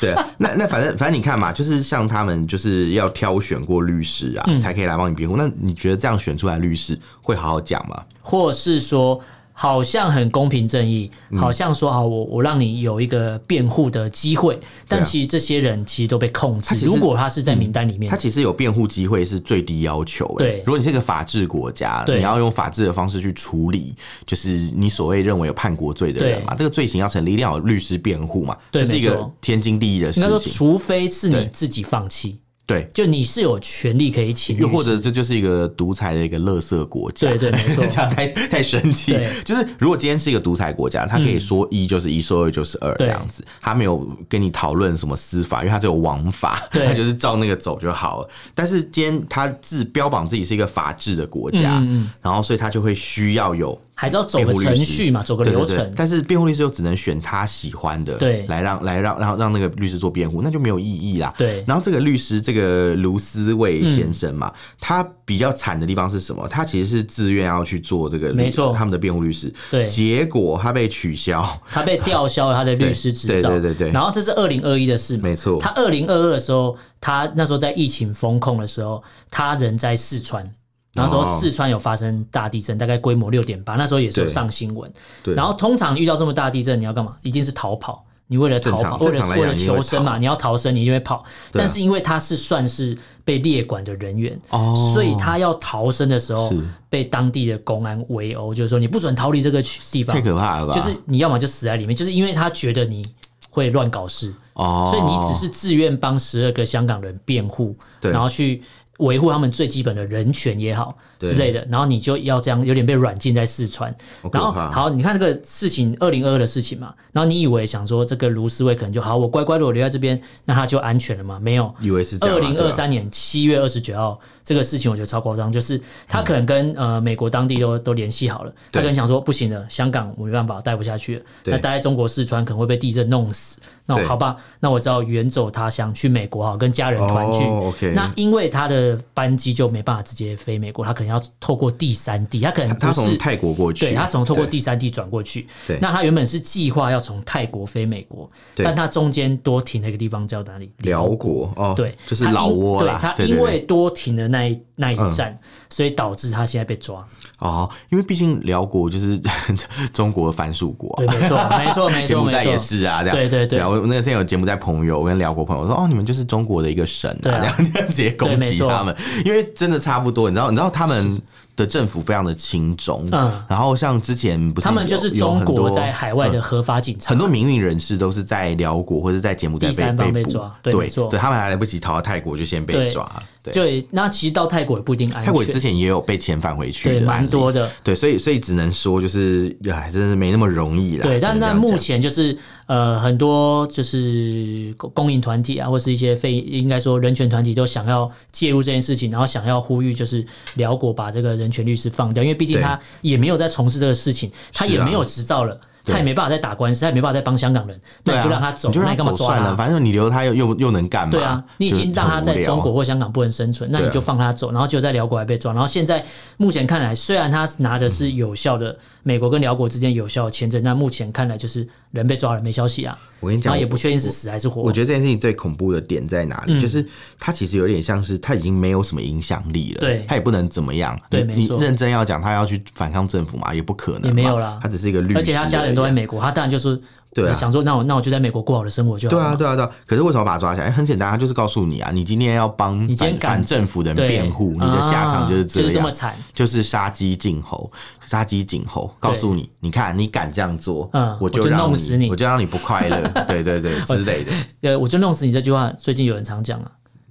[SPEAKER 1] 对啊，那那反正反正你看嘛，就是像他们就是要挑选过律师
[SPEAKER 2] 嗯
[SPEAKER 1] 啊，才可以来帮你辩护。那你觉得这样选出来律师会好好讲吗？
[SPEAKER 2] 或是说好像很公平正义，
[SPEAKER 1] 嗯
[SPEAKER 2] 好像说好我我让你有一个辩护的机会，但
[SPEAKER 1] 对啊
[SPEAKER 2] 其实这些人其实都被控
[SPEAKER 1] 他其实
[SPEAKER 2] 制。如果他是在名单里面
[SPEAKER 1] 他，其实有辩护机会是最低要求、欸。
[SPEAKER 2] 嗯对
[SPEAKER 1] 如果你是一个法治国家，
[SPEAKER 2] 对
[SPEAKER 1] 你要用法治的方式去处理，就是你所谓认为有叛国罪的人嘛，这个罪行要成立，一定要有律师辩护嘛，
[SPEAKER 2] 对
[SPEAKER 1] 这是一
[SPEAKER 2] 没
[SPEAKER 1] 个
[SPEAKER 2] 错
[SPEAKER 1] 天经地义的事
[SPEAKER 2] 应该说，
[SPEAKER 1] 情。
[SPEAKER 2] 除非是你
[SPEAKER 1] 对
[SPEAKER 2] 自己放弃，
[SPEAKER 1] 对，
[SPEAKER 2] 就你是有权利可以请律师，
[SPEAKER 1] 又或者这就是一个独裁的一个垃圾国家。
[SPEAKER 2] 对对没错
[SPEAKER 1] 这样太太生气
[SPEAKER 2] 对。嗯
[SPEAKER 1] 就是如果今天是一个独裁国家，他可以说一就是一，说二就是二这
[SPEAKER 2] 对
[SPEAKER 1] 样子，他没有跟你讨论什么司法，因为他只有王法，
[SPEAKER 2] 对
[SPEAKER 1] 他就是照那个走就好了。但是今天他自标榜自己是一个法治的国家，
[SPEAKER 2] 嗯
[SPEAKER 1] 然后所以他就会需要有。
[SPEAKER 2] 还是要走个
[SPEAKER 1] 辩护律
[SPEAKER 2] 程
[SPEAKER 1] 师
[SPEAKER 2] 序嘛，走个流
[SPEAKER 1] 对对
[SPEAKER 2] 程
[SPEAKER 1] 对。但是辩护律师又只能选他喜欢的，
[SPEAKER 2] 对
[SPEAKER 1] 来让来让让让那个律师做辩护，那就没有意义啦。
[SPEAKER 2] 对
[SPEAKER 1] 然后这个律师这个卢思卫先生嘛，
[SPEAKER 2] 嗯
[SPEAKER 1] 他比较惨的地方是什么？他其实是自愿要去做这个律，
[SPEAKER 2] 没错
[SPEAKER 1] 他们的辩护律师，
[SPEAKER 2] 对
[SPEAKER 1] 结果他被取消。
[SPEAKER 2] 他被吊销了他的律师执照，
[SPEAKER 1] 对对对对对
[SPEAKER 2] 然后这是二零二一的事嘛，
[SPEAKER 1] 没错
[SPEAKER 2] 他二零二二的时候，他那时候在疫情封控的时候，他人在四川，那时候
[SPEAKER 1] 哦
[SPEAKER 2] 四川有发生大地震，大概规模六点八，那时候也是有
[SPEAKER 1] 对
[SPEAKER 2] 上新闻。
[SPEAKER 1] 对
[SPEAKER 2] 然后通常遇到这么大地震，你要干嘛？一定是逃跑。你为了逃跑，
[SPEAKER 1] 正常
[SPEAKER 2] 为
[SPEAKER 1] 正
[SPEAKER 2] 了
[SPEAKER 1] 常来
[SPEAKER 2] 为
[SPEAKER 1] 讲
[SPEAKER 2] 了
[SPEAKER 1] 一
[SPEAKER 2] 求生
[SPEAKER 1] 定会
[SPEAKER 2] 嘛，
[SPEAKER 1] 逃
[SPEAKER 2] 你要逃生，你就会跑。
[SPEAKER 1] 对啊
[SPEAKER 2] 但是因为他是算是被列管的人员，
[SPEAKER 1] 哦
[SPEAKER 2] 所以他要逃生的时候
[SPEAKER 1] 是
[SPEAKER 2] 被当地的公安围殴，就是说你不准逃离这个区地方，
[SPEAKER 1] 太可怕了吧？
[SPEAKER 2] 就是你要么就死在里面，就是因为他觉得你会乱搞事，
[SPEAKER 1] 哦，
[SPEAKER 2] 所以你只是自愿帮十二个香港人辩护，
[SPEAKER 1] 对
[SPEAKER 2] 然后去维护他们最基本的人权也好
[SPEAKER 1] 对
[SPEAKER 2] 之类的，然后你就要这样有点被软禁在四川，
[SPEAKER 1] 好可
[SPEAKER 2] 然后
[SPEAKER 1] 怕
[SPEAKER 2] 好，你看这个事情二零二二的事情嘛，然后你以为想说这个卢思维可能就好，我乖乖的我留在这边，那他就安全了嘛？没有，
[SPEAKER 1] 以为是这样
[SPEAKER 2] 二
[SPEAKER 1] 啊
[SPEAKER 2] 零
[SPEAKER 1] 对
[SPEAKER 2] 二
[SPEAKER 1] 啊
[SPEAKER 2] 三年七月二十九号这个事情，我觉得超夸张，就是他可能跟、呃美国当地都都联系好了，他
[SPEAKER 1] 嗯对
[SPEAKER 2] 可能想说不行了，香港我没办法待不下去了，
[SPEAKER 1] 对
[SPEAKER 2] 那待在中国四川可能会被地震弄死，那我
[SPEAKER 1] 对
[SPEAKER 2] 好吧，那我只好远走他乡去美国好，跟家人团聚。
[SPEAKER 1] 哦，OK
[SPEAKER 2] 那因为他的班机就没办法直接飞美国，他可能要透过第三地，他可能
[SPEAKER 1] 他
[SPEAKER 2] 不
[SPEAKER 1] 从
[SPEAKER 2] 是。
[SPEAKER 1] 泰国过去，
[SPEAKER 2] 对他从透过
[SPEAKER 1] 对
[SPEAKER 2] 第三地转过去
[SPEAKER 1] 对，
[SPEAKER 2] 那他原本是计划要从泰国飞美国，
[SPEAKER 1] 对
[SPEAKER 2] 但他中间多停了一个地方叫哪里？
[SPEAKER 1] 辽国哦，
[SPEAKER 2] 对，
[SPEAKER 1] 就是
[SPEAKER 2] 他因
[SPEAKER 1] 老挝啦，
[SPEAKER 2] 对他嗯
[SPEAKER 1] 对对
[SPEAKER 2] 因
[SPEAKER 1] 对
[SPEAKER 2] 为多停了那一那一站，所以导致他现在被抓。
[SPEAKER 1] 哦，因为毕竟辽国就是 中国的藩属国啊
[SPEAKER 2] 对，，没错，没 错，没
[SPEAKER 1] 柬
[SPEAKER 2] 错，
[SPEAKER 1] 埔寨也
[SPEAKER 2] 没错。
[SPEAKER 1] 是啊，这样
[SPEAKER 2] 对对对
[SPEAKER 1] 啊我我那个之前有柬埔寨朋友，我跟辽国朋友说，哦，你们就是中国的一个省啊，
[SPEAKER 2] 对啊
[SPEAKER 1] 这样这样直接攻
[SPEAKER 2] 对没
[SPEAKER 1] 击
[SPEAKER 2] 错
[SPEAKER 1] 他们，因为真的差不多，你知道，你知道他们的政府非常的轻重，
[SPEAKER 2] 嗯
[SPEAKER 1] 然后像之前不是
[SPEAKER 2] 他们就是中国在
[SPEAKER 1] 海。
[SPEAKER 2] 海外的合法警察，
[SPEAKER 1] 很多民运人士都是在辽国或者在柬埔寨
[SPEAKER 2] 第三方
[SPEAKER 1] 被
[SPEAKER 2] 被
[SPEAKER 1] 捕
[SPEAKER 2] 抓对
[SPEAKER 1] 对
[SPEAKER 2] 没错
[SPEAKER 1] 他们还来不及逃到泰国就先被
[SPEAKER 2] 对
[SPEAKER 1] 抓，对，
[SPEAKER 2] 对，那其实到泰国也不一定安
[SPEAKER 1] 泰国之
[SPEAKER 2] 全，
[SPEAKER 1] 前也有被遣返回去的
[SPEAKER 2] 对，
[SPEAKER 1] 案例，
[SPEAKER 2] 蛮多的。
[SPEAKER 1] 对，所以所以只能说就是，哎，真的是没那么容易啦。
[SPEAKER 2] 对，但呃
[SPEAKER 1] 只能这
[SPEAKER 2] 那
[SPEAKER 1] 样
[SPEAKER 2] 目
[SPEAKER 1] 讲
[SPEAKER 2] 前就是呃，很多就是公公益团体啊，或是一些非应该说人权团体都想要介入这件事情，然后想要呼吁就是辽国把这个人权律师放掉，因为毕竟
[SPEAKER 1] 对
[SPEAKER 2] 他也没有在从事这个事情，他
[SPEAKER 1] 是
[SPEAKER 2] 也
[SPEAKER 1] 啊
[SPEAKER 2] 没有执照了。他
[SPEAKER 1] 对
[SPEAKER 2] 也没办法再打官司，他也没办法再帮香港人，
[SPEAKER 1] 对
[SPEAKER 2] 那你
[SPEAKER 1] 啊
[SPEAKER 2] 就让他走，
[SPEAKER 1] 你就
[SPEAKER 2] 那
[SPEAKER 1] 让
[SPEAKER 2] 你
[SPEAKER 1] 他
[SPEAKER 2] 干嘛
[SPEAKER 1] 走
[SPEAKER 2] 抓
[SPEAKER 1] 算了，反正你留他又又又能干嘛？
[SPEAKER 2] 对啊，你已经让他在中国或香港不能生存，那你
[SPEAKER 1] 对啊
[SPEAKER 2] 就放他走，然后就在辽国还被抓，然后现在目前看来，虽然他拿的是有效的美国跟辽国之间有效的签证，那目前看来就是人被抓了没消息啊，
[SPEAKER 1] 我跟你讲
[SPEAKER 2] 然后也不确定是死还是活。
[SPEAKER 1] 我觉得这件事情最恐怖的点在哪
[SPEAKER 2] 嗯
[SPEAKER 1] 里？就是他其实有点像是他已经没有什么影响力了，
[SPEAKER 2] 对
[SPEAKER 1] 他也不能怎么样。
[SPEAKER 2] 对
[SPEAKER 1] 你
[SPEAKER 2] 没
[SPEAKER 1] 你
[SPEAKER 2] 错
[SPEAKER 1] 认真要讲，他要去反抗政府嘛，也不可能嘛，啊
[SPEAKER 2] 也没有啦
[SPEAKER 1] 他只是一个律师，
[SPEAKER 2] 而且他家人都在。美国，他当然就是
[SPEAKER 1] 对啊
[SPEAKER 2] 想说，那我那我就在美国过好的生活就好
[SPEAKER 1] 对
[SPEAKER 2] 了
[SPEAKER 1] 啊，
[SPEAKER 2] 嘛。
[SPEAKER 1] 对啊，对啊。可是为什么把他抓起来？很简单，他就是告诉你啊，你今天要帮
[SPEAKER 2] 你今天
[SPEAKER 1] 反
[SPEAKER 2] 敢
[SPEAKER 1] 反政府的人
[SPEAKER 2] 对
[SPEAKER 1] 辩护，你的下场就是
[SPEAKER 2] 啊
[SPEAKER 1] 这样，
[SPEAKER 2] 这么惨。
[SPEAKER 1] 就是杀鸡儆猴，杀鸡儆猴，告诉你，你看你敢这样做，
[SPEAKER 2] 嗯
[SPEAKER 1] 我就
[SPEAKER 2] 我就
[SPEAKER 1] 让
[SPEAKER 2] 弄死你
[SPEAKER 1] 我就让你不快 乐，对对对之类的。
[SPEAKER 2] 呃，我就弄死你这句话，最近有人常讲啊，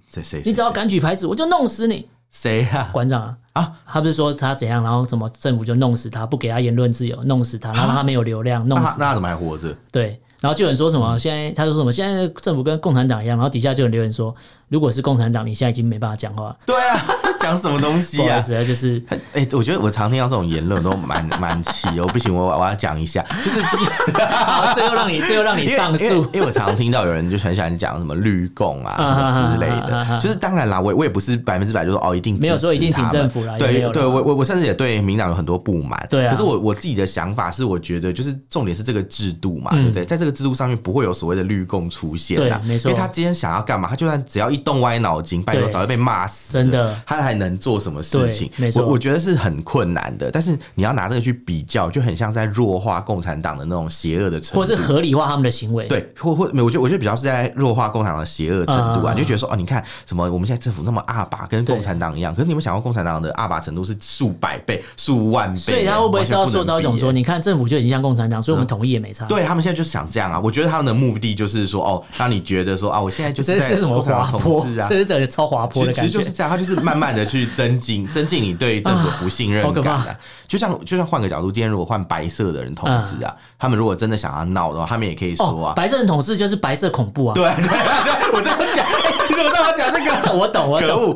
[SPEAKER 1] 这谁？
[SPEAKER 2] 你只要
[SPEAKER 1] 谁
[SPEAKER 2] 敢举牌子，我就弄死你。
[SPEAKER 1] 谁啊？
[SPEAKER 2] 馆长啊
[SPEAKER 1] 啊，
[SPEAKER 2] 他不是说他怎样，然后什么政府就弄死他，不给他言论自由，弄死他，然
[SPEAKER 1] 啊
[SPEAKER 2] 后让他没有流量，弄
[SPEAKER 1] 那
[SPEAKER 2] 死
[SPEAKER 1] 他那他怎么还活着？嗯
[SPEAKER 2] 对，然后就有人说什么，现在他说什么，现在政府跟共产党一样，然后底下就有人留言说，如果是共产党，你现在已经没办法讲话。
[SPEAKER 1] 对啊， 讲什么东西
[SPEAKER 2] 不好意
[SPEAKER 1] 啊？
[SPEAKER 2] 思啊，就是
[SPEAKER 1] 他哎、我觉得我常听到这种言论，我都蛮 蛮气的。我不行，我我要讲一下，就是就是。
[SPEAKER 2] 好，最后让你最后让你
[SPEAKER 1] 因为
[SPEAKER 2] 上
[SPEAKER 1] 因为
[SPEAKER 2] 诉，
[SPEAKER 1] 因为我常听到有人就很喜欢讲什么绿共啊
[SPEAKER 2] 啊
[SPEAKER 1] 什么之类
[SPEAKER 2] 啊啊啊啊
[SPEAKER 1] 的，就是当然啦，我我也不是百分之百就说哦一定支持
[SPEAKER 2] 没有说一定挺
[SPEAKER 1] 他们
[SPEAKER 2] 政府啦也没
[SPEAKER 1] 对
[SPEAKER 2] 有啦
[SPEAKER 1] 对，我我我甚至也对民党有很多不满，
[SPEAKER 2] 对啊
[SPEAKER 1] 可是我我自己的想法是，我觉得就是重点是这个制度嘛，
[SPEAKER 2] 嗯
[SPEAKER 1] 对不对？在这个制度上面不会有所谓的绿共出现啦，
[SPEAKER 2] 对没错
[SPEAKER 1] 因为他今天想要干嘛，他就算只要一动歪脑筋，拜托
[SPEAKER 2] 对
[SPEAKER 1] 早就被骂死了，
[SPEAKER 2] 真的
[SPEAKER 1] 他还能做什么事情？
[SPEAKER 2] 对没错
[SPEAKER 1] 我我觉得是很困难的，但是你要拿这个去比较，就很像在弱化共产党的那种邪恶的程度，
[SPEAKER 2] 或是合理化他们的行为。
[SPEAKER 1] 对，或或没有我觉得我觉得比较是在弱化共产党的邪恶程度啊，
[SPEAKER 2] 嗯
[SPEAKER 1] 你就觉得说哦，你看什么我们现在政府那么阿爸，跟共产党一样，可是你们想到共产党的阿爸程度是数百倍、数万倍，
[SPEAKER 2] 所以他会不会是要
[SPEAKER 1] 完全
[SPEAKER 2] 塑
[SPEAKER 1] 能
[SPEAKER 2] 造一种
[SPEAKER 1] 比
[SPEAKER 2] 说，
[SPEAKER 1] 耶？
[SPEAKER 2] 你看政府就已经像共产党，所以我们统一也没差。
[SPEAKER 1] 嗯对他们现在就是想这样啊，我觉得他们的目的就是说，哦，让你觉得说啊，我现在就是
[SPEAKER 2] 这
[SPEAKER 1] 在
[SPEAKER 2] 是什么
[SPEAKER 1] 共产
[SPEAKER 2] 滑
[SPEAKER 1] 党
[SPEAKER 2] 坡
[SPEAKER 1] 统治？啊
[SPEAKER 2] 这，是整个超滑坡
[SPEAKER 1] 其
[SPEAKER 2] 的
[SPEAKER 1] 实其
[SPEAKER 2] 感
[SPEAKER 1] 实
[SPEAKER 2] 觉
[SPEAKER 1] 就。是这样，他就是慢慢的去增进 增进你对政府的不信任
[SPEAKER 2] 啊好可
[SPEAKER 1] 感
[SPEAKER 2] 怕
[SPEAKER 1] 啊。就像就像换个角度，今天如果换白色的人统治
[SPEAKER 2] 嗯
[SPEAKER 1] 啊，他们如果真的想要闹的话，他们也可以说
[SPEAKER 2] 哦
[SPEAKER 1] 啊，，
[SPEAKER 2] 白色人统治就是白色恐怖啊！
[SPEAKER 1] 对对对，我这样讲，哎你怎么知道我讲这个？
[SPEAKER 2] 我懂，我
[SPEAKER 1] 可
[SPEAKER 2] 懂。
[SPEAKER 1] 恶！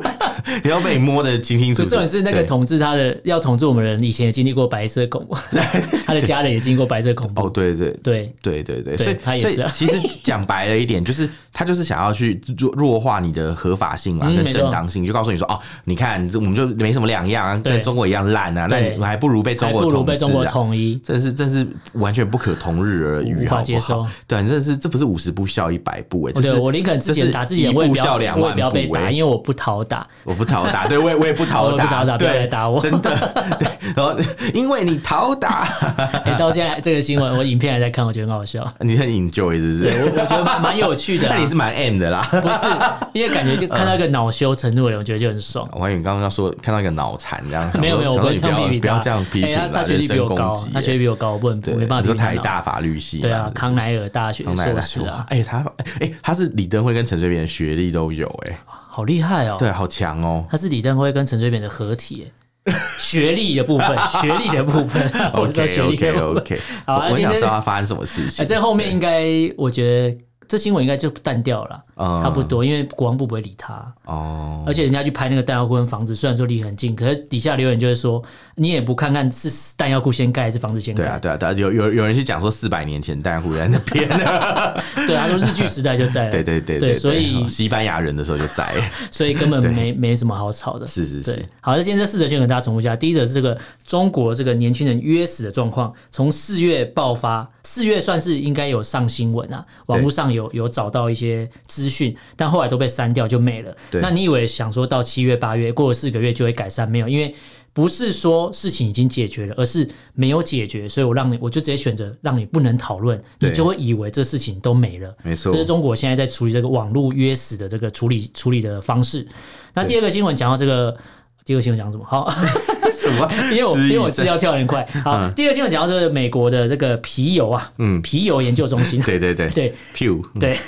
[SPEAKER 1] 你要被你摸得清清楚
[SPEAKER 2] 所以
[SPEAKER 1] 楚。
[SPEAKER 2] 重点是那个
[SPEAKER 1] 对
[SPEAKER 2] 统治他的要统治我们的人，以前也经历过白色恐 怖，他的家人也经历过白色恐
[SPEAKER 1] 哦，
[SPEAKER 2] 怖。
[SPEAKER 1] 对对对对
[SPEAKER 2] 对，
[SPEAKER 1] 对对，
[SPEAKER 2] 对
[SPEAKER 1] 所以
[SPEAKER 2] 他也是啊
[SPEAKER 1] 所以其实讲白了一点，就是他就是想要去弱弱化你的合法性啊，
[SPEAKER 2] 嗯
[SPEAKER 1] 跟
[SPEAKER 2] 没错
[SPEAKER 1] 正当性，就告诉你说哦，你看这我们就没什么两样啊，
[SPEAKER 2] 对
[SPEAKER 1] 跟中国一样烂啊，那
[SPEAKER 2] 对
[SPEAKER 1] 你还不如被中
[SPEAKER 2] 还
[SPEAKER 1] 国
[SPEAKER 2] 不如被中国
[SPEAKER 1] 统治啊。
[SPEAKER 2] 统一。
[SPEAKER 1] 真是真是完全不可同日而语，
[SPEAKER 2] 无
[SPEAKER 1] 好不
[SPEAKER 2] 法
[SPEAKER 1] 好
[SPEAKER 2] 接受。
[SPEAKER 1] 对啊，你真的是这不是五十步笑一百步哎、欸，这
[SPEAKER 2] 对
[SPEAKER 1] 是
[SPEAKER 2] 我宁肯之
[SPEAKER 1] 这
[SPEAKER 2] 前
[SPEAKER 1] 是
[SPEAKER 2] 打自己人，
[SPEAKER 1] 一
[SPEAKER 2] 我也
[SPEAKER 1] 步
[SPEAKER 2] 不要，
[SPEAKER 1] 笑
[SPEAKER 2] 我也
[SPEAKER 1] 两万
[SPEAKER 2] 不要被
[SPEAKER 1] 步欸
[SPEAKER 2] 打，因为我不讨打。
[SPEAKER 1] 我不讨打，对我也我也不讨
[SPEAKER 2] 我
[SPEAKER 1] 打，
[SPEAKER 2] 哦也不讨打不要
[SPEAKER 1] 对
[SPEAKER 2] 来打我
[SPEAKER 1] 真的，对，然后因为你讨打，
[SPEAKER 2] 哎，到现在这个新闻，我影片还在看，我觉得很好笑。
[SPEAKER 1] 你很 enjoy 是不
[SPEAKER 2] 对我，
[SPEAKER 1] 是？
[SPEAKER 2] 我觉得蛮蛮有趣的 啊。
[SPEAKER 1] 那你是蛮 M 的啦。
[SPEAKER 2] 不是，因为感觉就看到一个恼羞成怒的
[SPEAKER 1] 嗯
[SPEAKER 2] 人，我觉得就很爽。
[SPEAKER 1] 我还以为你刚刚要说看到一个脑残这样，
[SPEAKER 2] 没有没有，我
[SPEAKER 1] 哦想
[SPEAKER 2] 不
[SPEAKER 1] 说
[SPEAKER 2] 会
[SPEAKER 1] 你
[SPEAKER 2] 这
[SPEAKER 1] 不
[SPEAKER 2] 样
[SPEAKER 1] 要不要
[SPEAKER 2] 批评
[SPEAKER 1] 这样批
[SPEAKER 2] 哎
[SPEAKER 1] 评
[SPEAKER 2] 他
[SPEAKER 1] 啦，
[SPEAKER 2] 他学
[SPEAKER 1] 人
[SPEAKER 2] 历比
[SPEAKER 1] 身
[SPEAKER 2] 我
[SPEAKER 1] 攻
[SPEAKER 2] 高
[SPEAKER 1] 击，
[SPEAKER 2] 他
[SPEAKER 1] 耶
[SPEAKER 2] 学历比我高，我不能
[SPEAKER 1] 对
[SPEAKER 2] 我没办
[SPEAKER 1] 你
[SPEAKER 2] 法
[SPEAKER 1] 说
[SPEAKER 2] 批评他
[SPEAKER 1] 台
[SPEAKER 2] 脑。
[SPEAKER 1] 大法律系嘛，
[SPEAKER 2] 对
[SPEAKER 1] 是
[SPEAKER 2] 啊
[SPEAKER 1] 不，是
[SPEAKER 2] 康奈尔大学
[SPEAKER 1] 康奈尔
[SPEAKER 2] 硕
[SPEAKER 1] 大
[SPEAKER 2] 士
[SPEAKER 1] 学
[SPEAKER 2] 啊，
[SPEAKER 1] 哎，他哎他是李登辉跟陈水扁的学历都有哎，
[SPEAKER 2] 好厉害哦。
[SPEAKER 1] 对，好强哦。
[SPEAKER 2] 他是李登辉跟陈水扁的合体耶。 学历的部分， 学历的部分， 我说学
[SPEAKER 1] OK
[SPEAKER 2] 历
[SPEAKER 1] OK
[SPEAKER 2] 的部分。
[SPEAKER 1] OK，
[SPEAKER 2] 好啊
[SPEAKER 1] 我
[SPEAKER 2] 今
[SPEAKER 1] 想
[SPEAKER 2] 天
[SPEAKER 1] 知道他发生什么事
[SPEAKER 2] 哎，
[SPEAKER 1] 情。
[SPEAKER 2] 在后面应该，我觉得这新闻应该就淡掉了啦，
[SPEAKER 1] 嗯
[SPEAKER 2] 差不多，因为国防部不会理他。
[SPEAKER 1] 哦，
[SPEAKER 2] 而且人家去拍那个弹药库跟房子，虽然说离很近，可是底下留言就会说，你也不看看是弹药库先盖还是房子先
[SPEAKER 1] 对啊
[SPEAKER 2] 盖？
[SPEAKER 1] 对啊对啊，有有有人去讲说四百年前弹库在那边，
[SPEAKER 2] 对啊，他说日据时代就在了，
[SPEAKER 1] 对对对
[SPEAKER 2] 对，所以
[SPEAKER 1] 哦西班牙人的时候就 在，
[SPEAKER 2] 所以根 本
[SPEAKER 1] 对
[SPEAKER 2] 没没什么好吵的。
[SPEAKER 1] 是是
[SPEAKER 2] 对
[SPEAKER 1] 是，，
[SPEAKER 2] 好，那今天这四则新闻跟大家重复一下。第一则是这个中国这个年轻人约死的状况，从四月爆发，四月算是应该有上新闻啊，网络上有有找到一些资讯，但后来都被删掉就没了。
[SPEAKER 1] 对
[SPEAKER 2] 那你以为想说到七月八月过了四个月就会改善，没有，因为。不是说事情已经解决了，而是没有解决，所以我让你，我就直接选择让你不能讨论，你
[SPEAKER 1] 对
[SPEAKER 2] 就会以为这事情都没了。
[SPEAKER 1] 没错
[SPEAKER 2] 这是中国现在在处理这个网络约死的这个处理处理的方式。那第二个新闻讲到这个，第二个新闻讲什么？好，
[SPEAKER 1] 什么？
[SPEAKER 2] 因为我
[SPEAKER 1] 失
[SPEAKER 2] 因
[SPEAKER 1] 忆
[SPEAKER 2] 为我资
[SPEAKER 1] 症嗯
[SPEAKER 2] 料跳得很快。好，第二个新闻讲到这个美国的这个皮尤啊，嗯，皮尤研究中心，
[SPEAKER 1] 对对对
[SPEAKER 2] 对
[SPEAKER 1] ，Pew，
[SPEAKER 2] 对。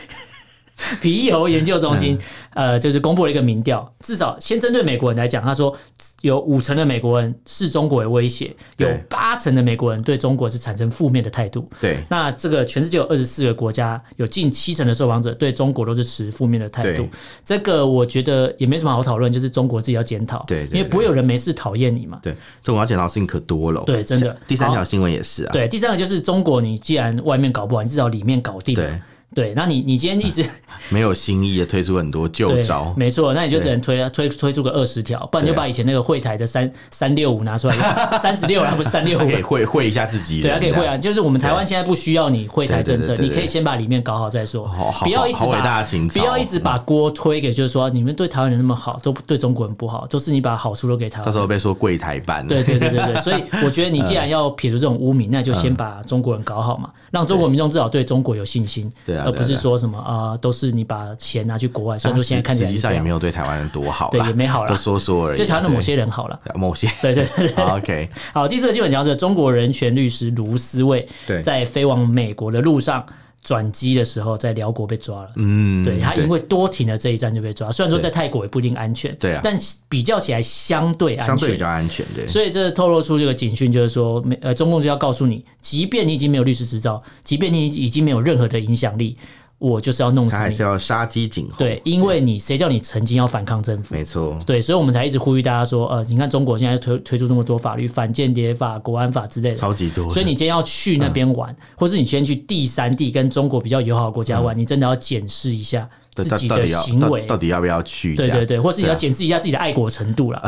[SPEAKER 2] 皮尤研究中心，
[SPEAKER 1] 嗯
[SPEAKER 2] 呃，就是公布了一个民调，至少先针对美国人来讲，他说有五成的美国人视中国为威胁，有
[SPEAKER 1] 对
[SPEAKER 2] 八成的美国人对中国是产生负面的态度。
[SPEAKER 1] 对
[SPEAKER 2] 那这个全世界有二十四个国家，有近七成的受访者对中国都是持负面的态度
[SPEAKER 1] 对。
[SPEAKER 2] 这个我觉得也没什么好讨论，就是中国自己要检讨，
[SPEAKER 1] 对对
[SPEAKER 2] 因为不会有人没事讨厌你嘛。
[SPEAKER 1] 对，中国要检讨的事情可多了。
[SPEAKER 2] 对真的
[SPEAKER 1] 第三条
[SPEAKER 2] 好
[SPEAKER 1] 新闻也是啊。
[SPEAKER 2] 对，第三个就是中国，你既然外面搞不完，至少里面搞定嘛。
[SPEAKER 1] 对
[SPEAKER 2] 对，那你你今天 一直、
[SPEAKER 1] 没有新意的推出很多旧
[SPEAKER 2] 对
[SPEAKER 1] 招，。
[SPEAKER 2] 没错，那你就只能推推推出个二十条，不然就
[SPEAKER 1] 对啊
[SPEAKER 2] 把以前那个会台的三三六五拿出来用，三十六啊，不是三六
[SPEAKER 1] 他
[SPEAKER 2] 五
[SPEAKER 1] 可。以会会一下自己
[SPEAKER 2] 对
[SPEAKER 1] 人，
[SPEAKER 2] 啊，可以会啊，
[SPEAKER 1] 这样。
[SPEAKER 2] 就是我们台湾现在不需要你会台政策，
[SPEAKER 1] 对对对对对
[SPEAKER 2] 你可以先把里面搞好再说
[SPEAKER 1] 好，好
[SPEAKER 2] 不要一直
[SPEAKER 1] 好好伟大
[SPEAKER 2] 把
[SPEAKER 1] 的情
[SPEAKER 2] 不
[SPEAKER 1] 操
[SPEAKER 2] 要一直把锅推给，就是说你们对台湾人那么好，都不对中国人不好，都是你把好处都给台湾
[SPEAKER 1] 到
[SPEAKER 2] 人
[SPEAKER 1] 时。候被说柜台办，
[SPEAKER 2] 对对对对对，所以我觉得你既然要撇除这种污名，那就先把中国人搞好嘛，让中国民众至少对中国有信心，
[SPEAKER 1] 对啊
[SPEAKER 2] 而不是
[SPEAKER 1] 对啊
[SPEAKER 2] 说什么啊、都是你把钱拿去国外，虽
[SPEAKER 1] 但
[SPEAKER 2] 然
[SPEAKER 1] 他
[SPEAKER 2] 说现在看起
[SPEAKER 1] 实
[SPEAKER 2] 来
[SPEAKER 1] 实
[SPEAKER 2] 是
[SPEAKER 1] 际
[SPEAKER 2] 这
[SPEAKER 1] 上也没
[SPEAKER 2] 样，
[SPEAKER 1] 有对台湾人多好啦，
[SPEAKER 2] 对也没好啦
[SPEAKER 1] 都说说而已啊。
[SPEAKER 2] 对台湾的某
[SPEAKER 1] 对
[SPEAKER 2] 些人好了。
[SPEAKER 1] 某 些，
[SPEAKER 2] 对对对对，
[SPEAKER 1] 好 OK，
[SPEAKER 2] 好，第四个基本讲是中国人权律师卢思卫
[SPEAKER 1] 对
[SPEAKER 2] 在飞往美国的路上转机的时候，在辽国被抓了。
[SPEAKER 1] 嗯，
[SPEAKER 2] 对他因为多停了这一站就被抓，虽然说在泰国也不一定安全，
[SPEAKER 1] 对啊
[SPEAKER 2] 但比较起来相对安全，
[SPEAKER 1] 相对比较安全，对，
[SPEAKER 2] 所以这透露出这个警讯，就是说，没呃，中共就要告诉你，即便你已经没有律师执照，即便你已经没有任何的影响力，我就是要弄死
[SPEAKER 1] 他还
[SPEAKER 2] 你
[SPEAKER 1] 是。要杀鸡儆猴。
[SPEAKER 2] 对，，因为你谁叫你曾经要反抗政府？
[SPEAKER 1] 没错，
[SPEAKER 2] 对，所以我们才一直呼吁大家说，呃，你看中国现在推推出这么多法律，反间谍法、国安法之类的，
[SPEAKER 1] 超级多的。嗯
[SPEAKER 2] 所以你今天要去那边玩，或是你先去第三地跟中国比较友好的国家玩，你真的要检视一下
[SPEAKER 1] 到
[SPEAKER 2] 自
[SPEAKER 1] 到
[SPEAKER 2] 己
[SPEAKER 1] 嗯到
[SPEAKER 2] 的
[SPEAKER 1] 底要
[SPEAKER 2] 行为
[SPEAKER 1] 到，到底要不要去？
[SPEAKER 2] 对
[SPEAKER 1] 这样
[SPEAKER 2] 对对，或是你要
[SPEAKER 1] 对啊啊
[SPEAKER 2] 检视一下自己的爱国程度啦。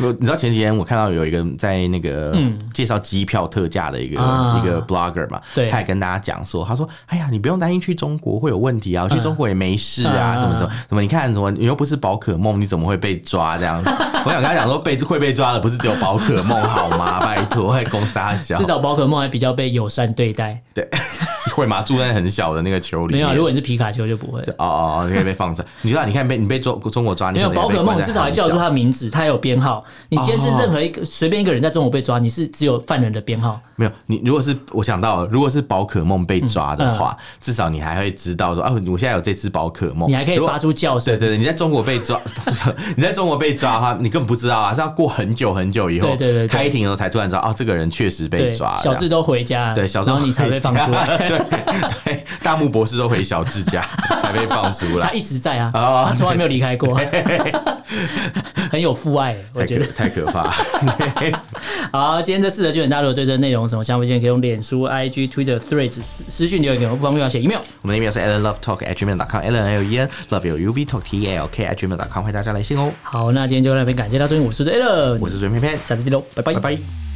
[SPEAKER 1] 我你知道前几天我看到有一个在那个介绍机票特价的一个、
[SPEAKER 2] 嗯啊
[SPEAKER 1] 一个 blogger 嘛，
[SPEAKER 2] 对
[SPEAKER 1] 他也跟大家讲说，他说：“哎呀，你不用担心去中国会有问题啊，我去中国也没事啊，
[SPEAKER 2] 嗯
[SPEAKER 1] 什么什么什么，你看什么，你又不是宝可梦，你怎么会被抓这 样子？”我想跟他讲说，被会被抓的不是只有宝可梦好吗？ 拜托，还公沙小
[SPEAKER 2] 至少宝可梦还比较被友善对待，
[SPEAKER 1] 会吗？住在很小的那个球里
[SPEAKER 2] 没
[SPEAKER 1] 面，
[SPEAKER 2] 有啊，如果你是皮卡丘就不会。
[SPEAKER 1] 哦哦哦，你可以被放着。你知道，你看被你被中中国抓，你
[SPEAKER 2] 没有
[SPEAKER 1] 可能
[SPEAKER 2] 宝
[SPEAKER 1] 也被
[SPEAKER 2] 可
[SPEAKER 1] 关
[SPEAKER 2] 梦
[SPEAKER 1] 在
[SPEAKER 2] 至少还
[SPEAKER 1] 很
[SPEAKER 2] 叫
[SPEAKER 1] 小
[SPEAKER 2] 出它的名字，它有编号。你今天是
[SPEAKER 1] 哦
[SPEAKER 2] 任何一个随便一个人在中国被抓，你是只有犯人的编号。
[SPEAKER 1] 没有，你如果是我想到了，如果是宝可梦被抓的话，至少你还会知道说，啊，我现在有这只宝可梦，
[SPEAKER 2] 嗯你还可以
[SPEAKER 1] 如果
[SPEAKER 2] 发。出叫声
[SPEAKER 1] 对。对对，你在中国被抓， 你在中国被抓的话，你根本不知道啊，是要过很久很久以后，
[SPEAKER 2] 对对对对
[SPEAKER 1] 开庭的时候才突然知道，哦，这个人确实被
[SPEAKER 2] 对，
[SPEAKER 1] 抓了。
[SPEAKER 2] 小智都回家了，
[SPEAKER 1] 对小智
[SPEAKER 2] 然后你才被放出来。
[SPEAKER 1] 对对，大木博士都回小智家 才被放出
[SPEAKER 2] 他
[SPEAKER 1] 来，
[SPEAKER 2] 一直在啊，
[SPEAKER 1] 哦
[SPEAKER 2] 他从来没有离开过， 很有父爱，我
[SPEAKER 1] 太
[SPEAKER 2] 觉
[SPEAKER 1] 可
[SPEAKER 2] 得。
[SPEAKER 1] 太可怕。
[SPEAKER 2] 好，今天这四则剧本，大家如果对这内容有什么想法，建议可以用脸书、IG、Twitter、Threads 私私讯留言给我们，不方便要写 email。
[SPEAKER 1] 我们的 email 是 alan love talk at gmail.com alan l e n love u v talk t a l k at gmail.com，欢迎大家来信哦。
[SPEAKER 2] 好，那今天就到这边，感谢大家收听，我是 a l
[SPEAKER 1] 我是水片片，
[SPEAKER 2] 下次见喽，拜拜
[SPEAKER 1] 拜拜。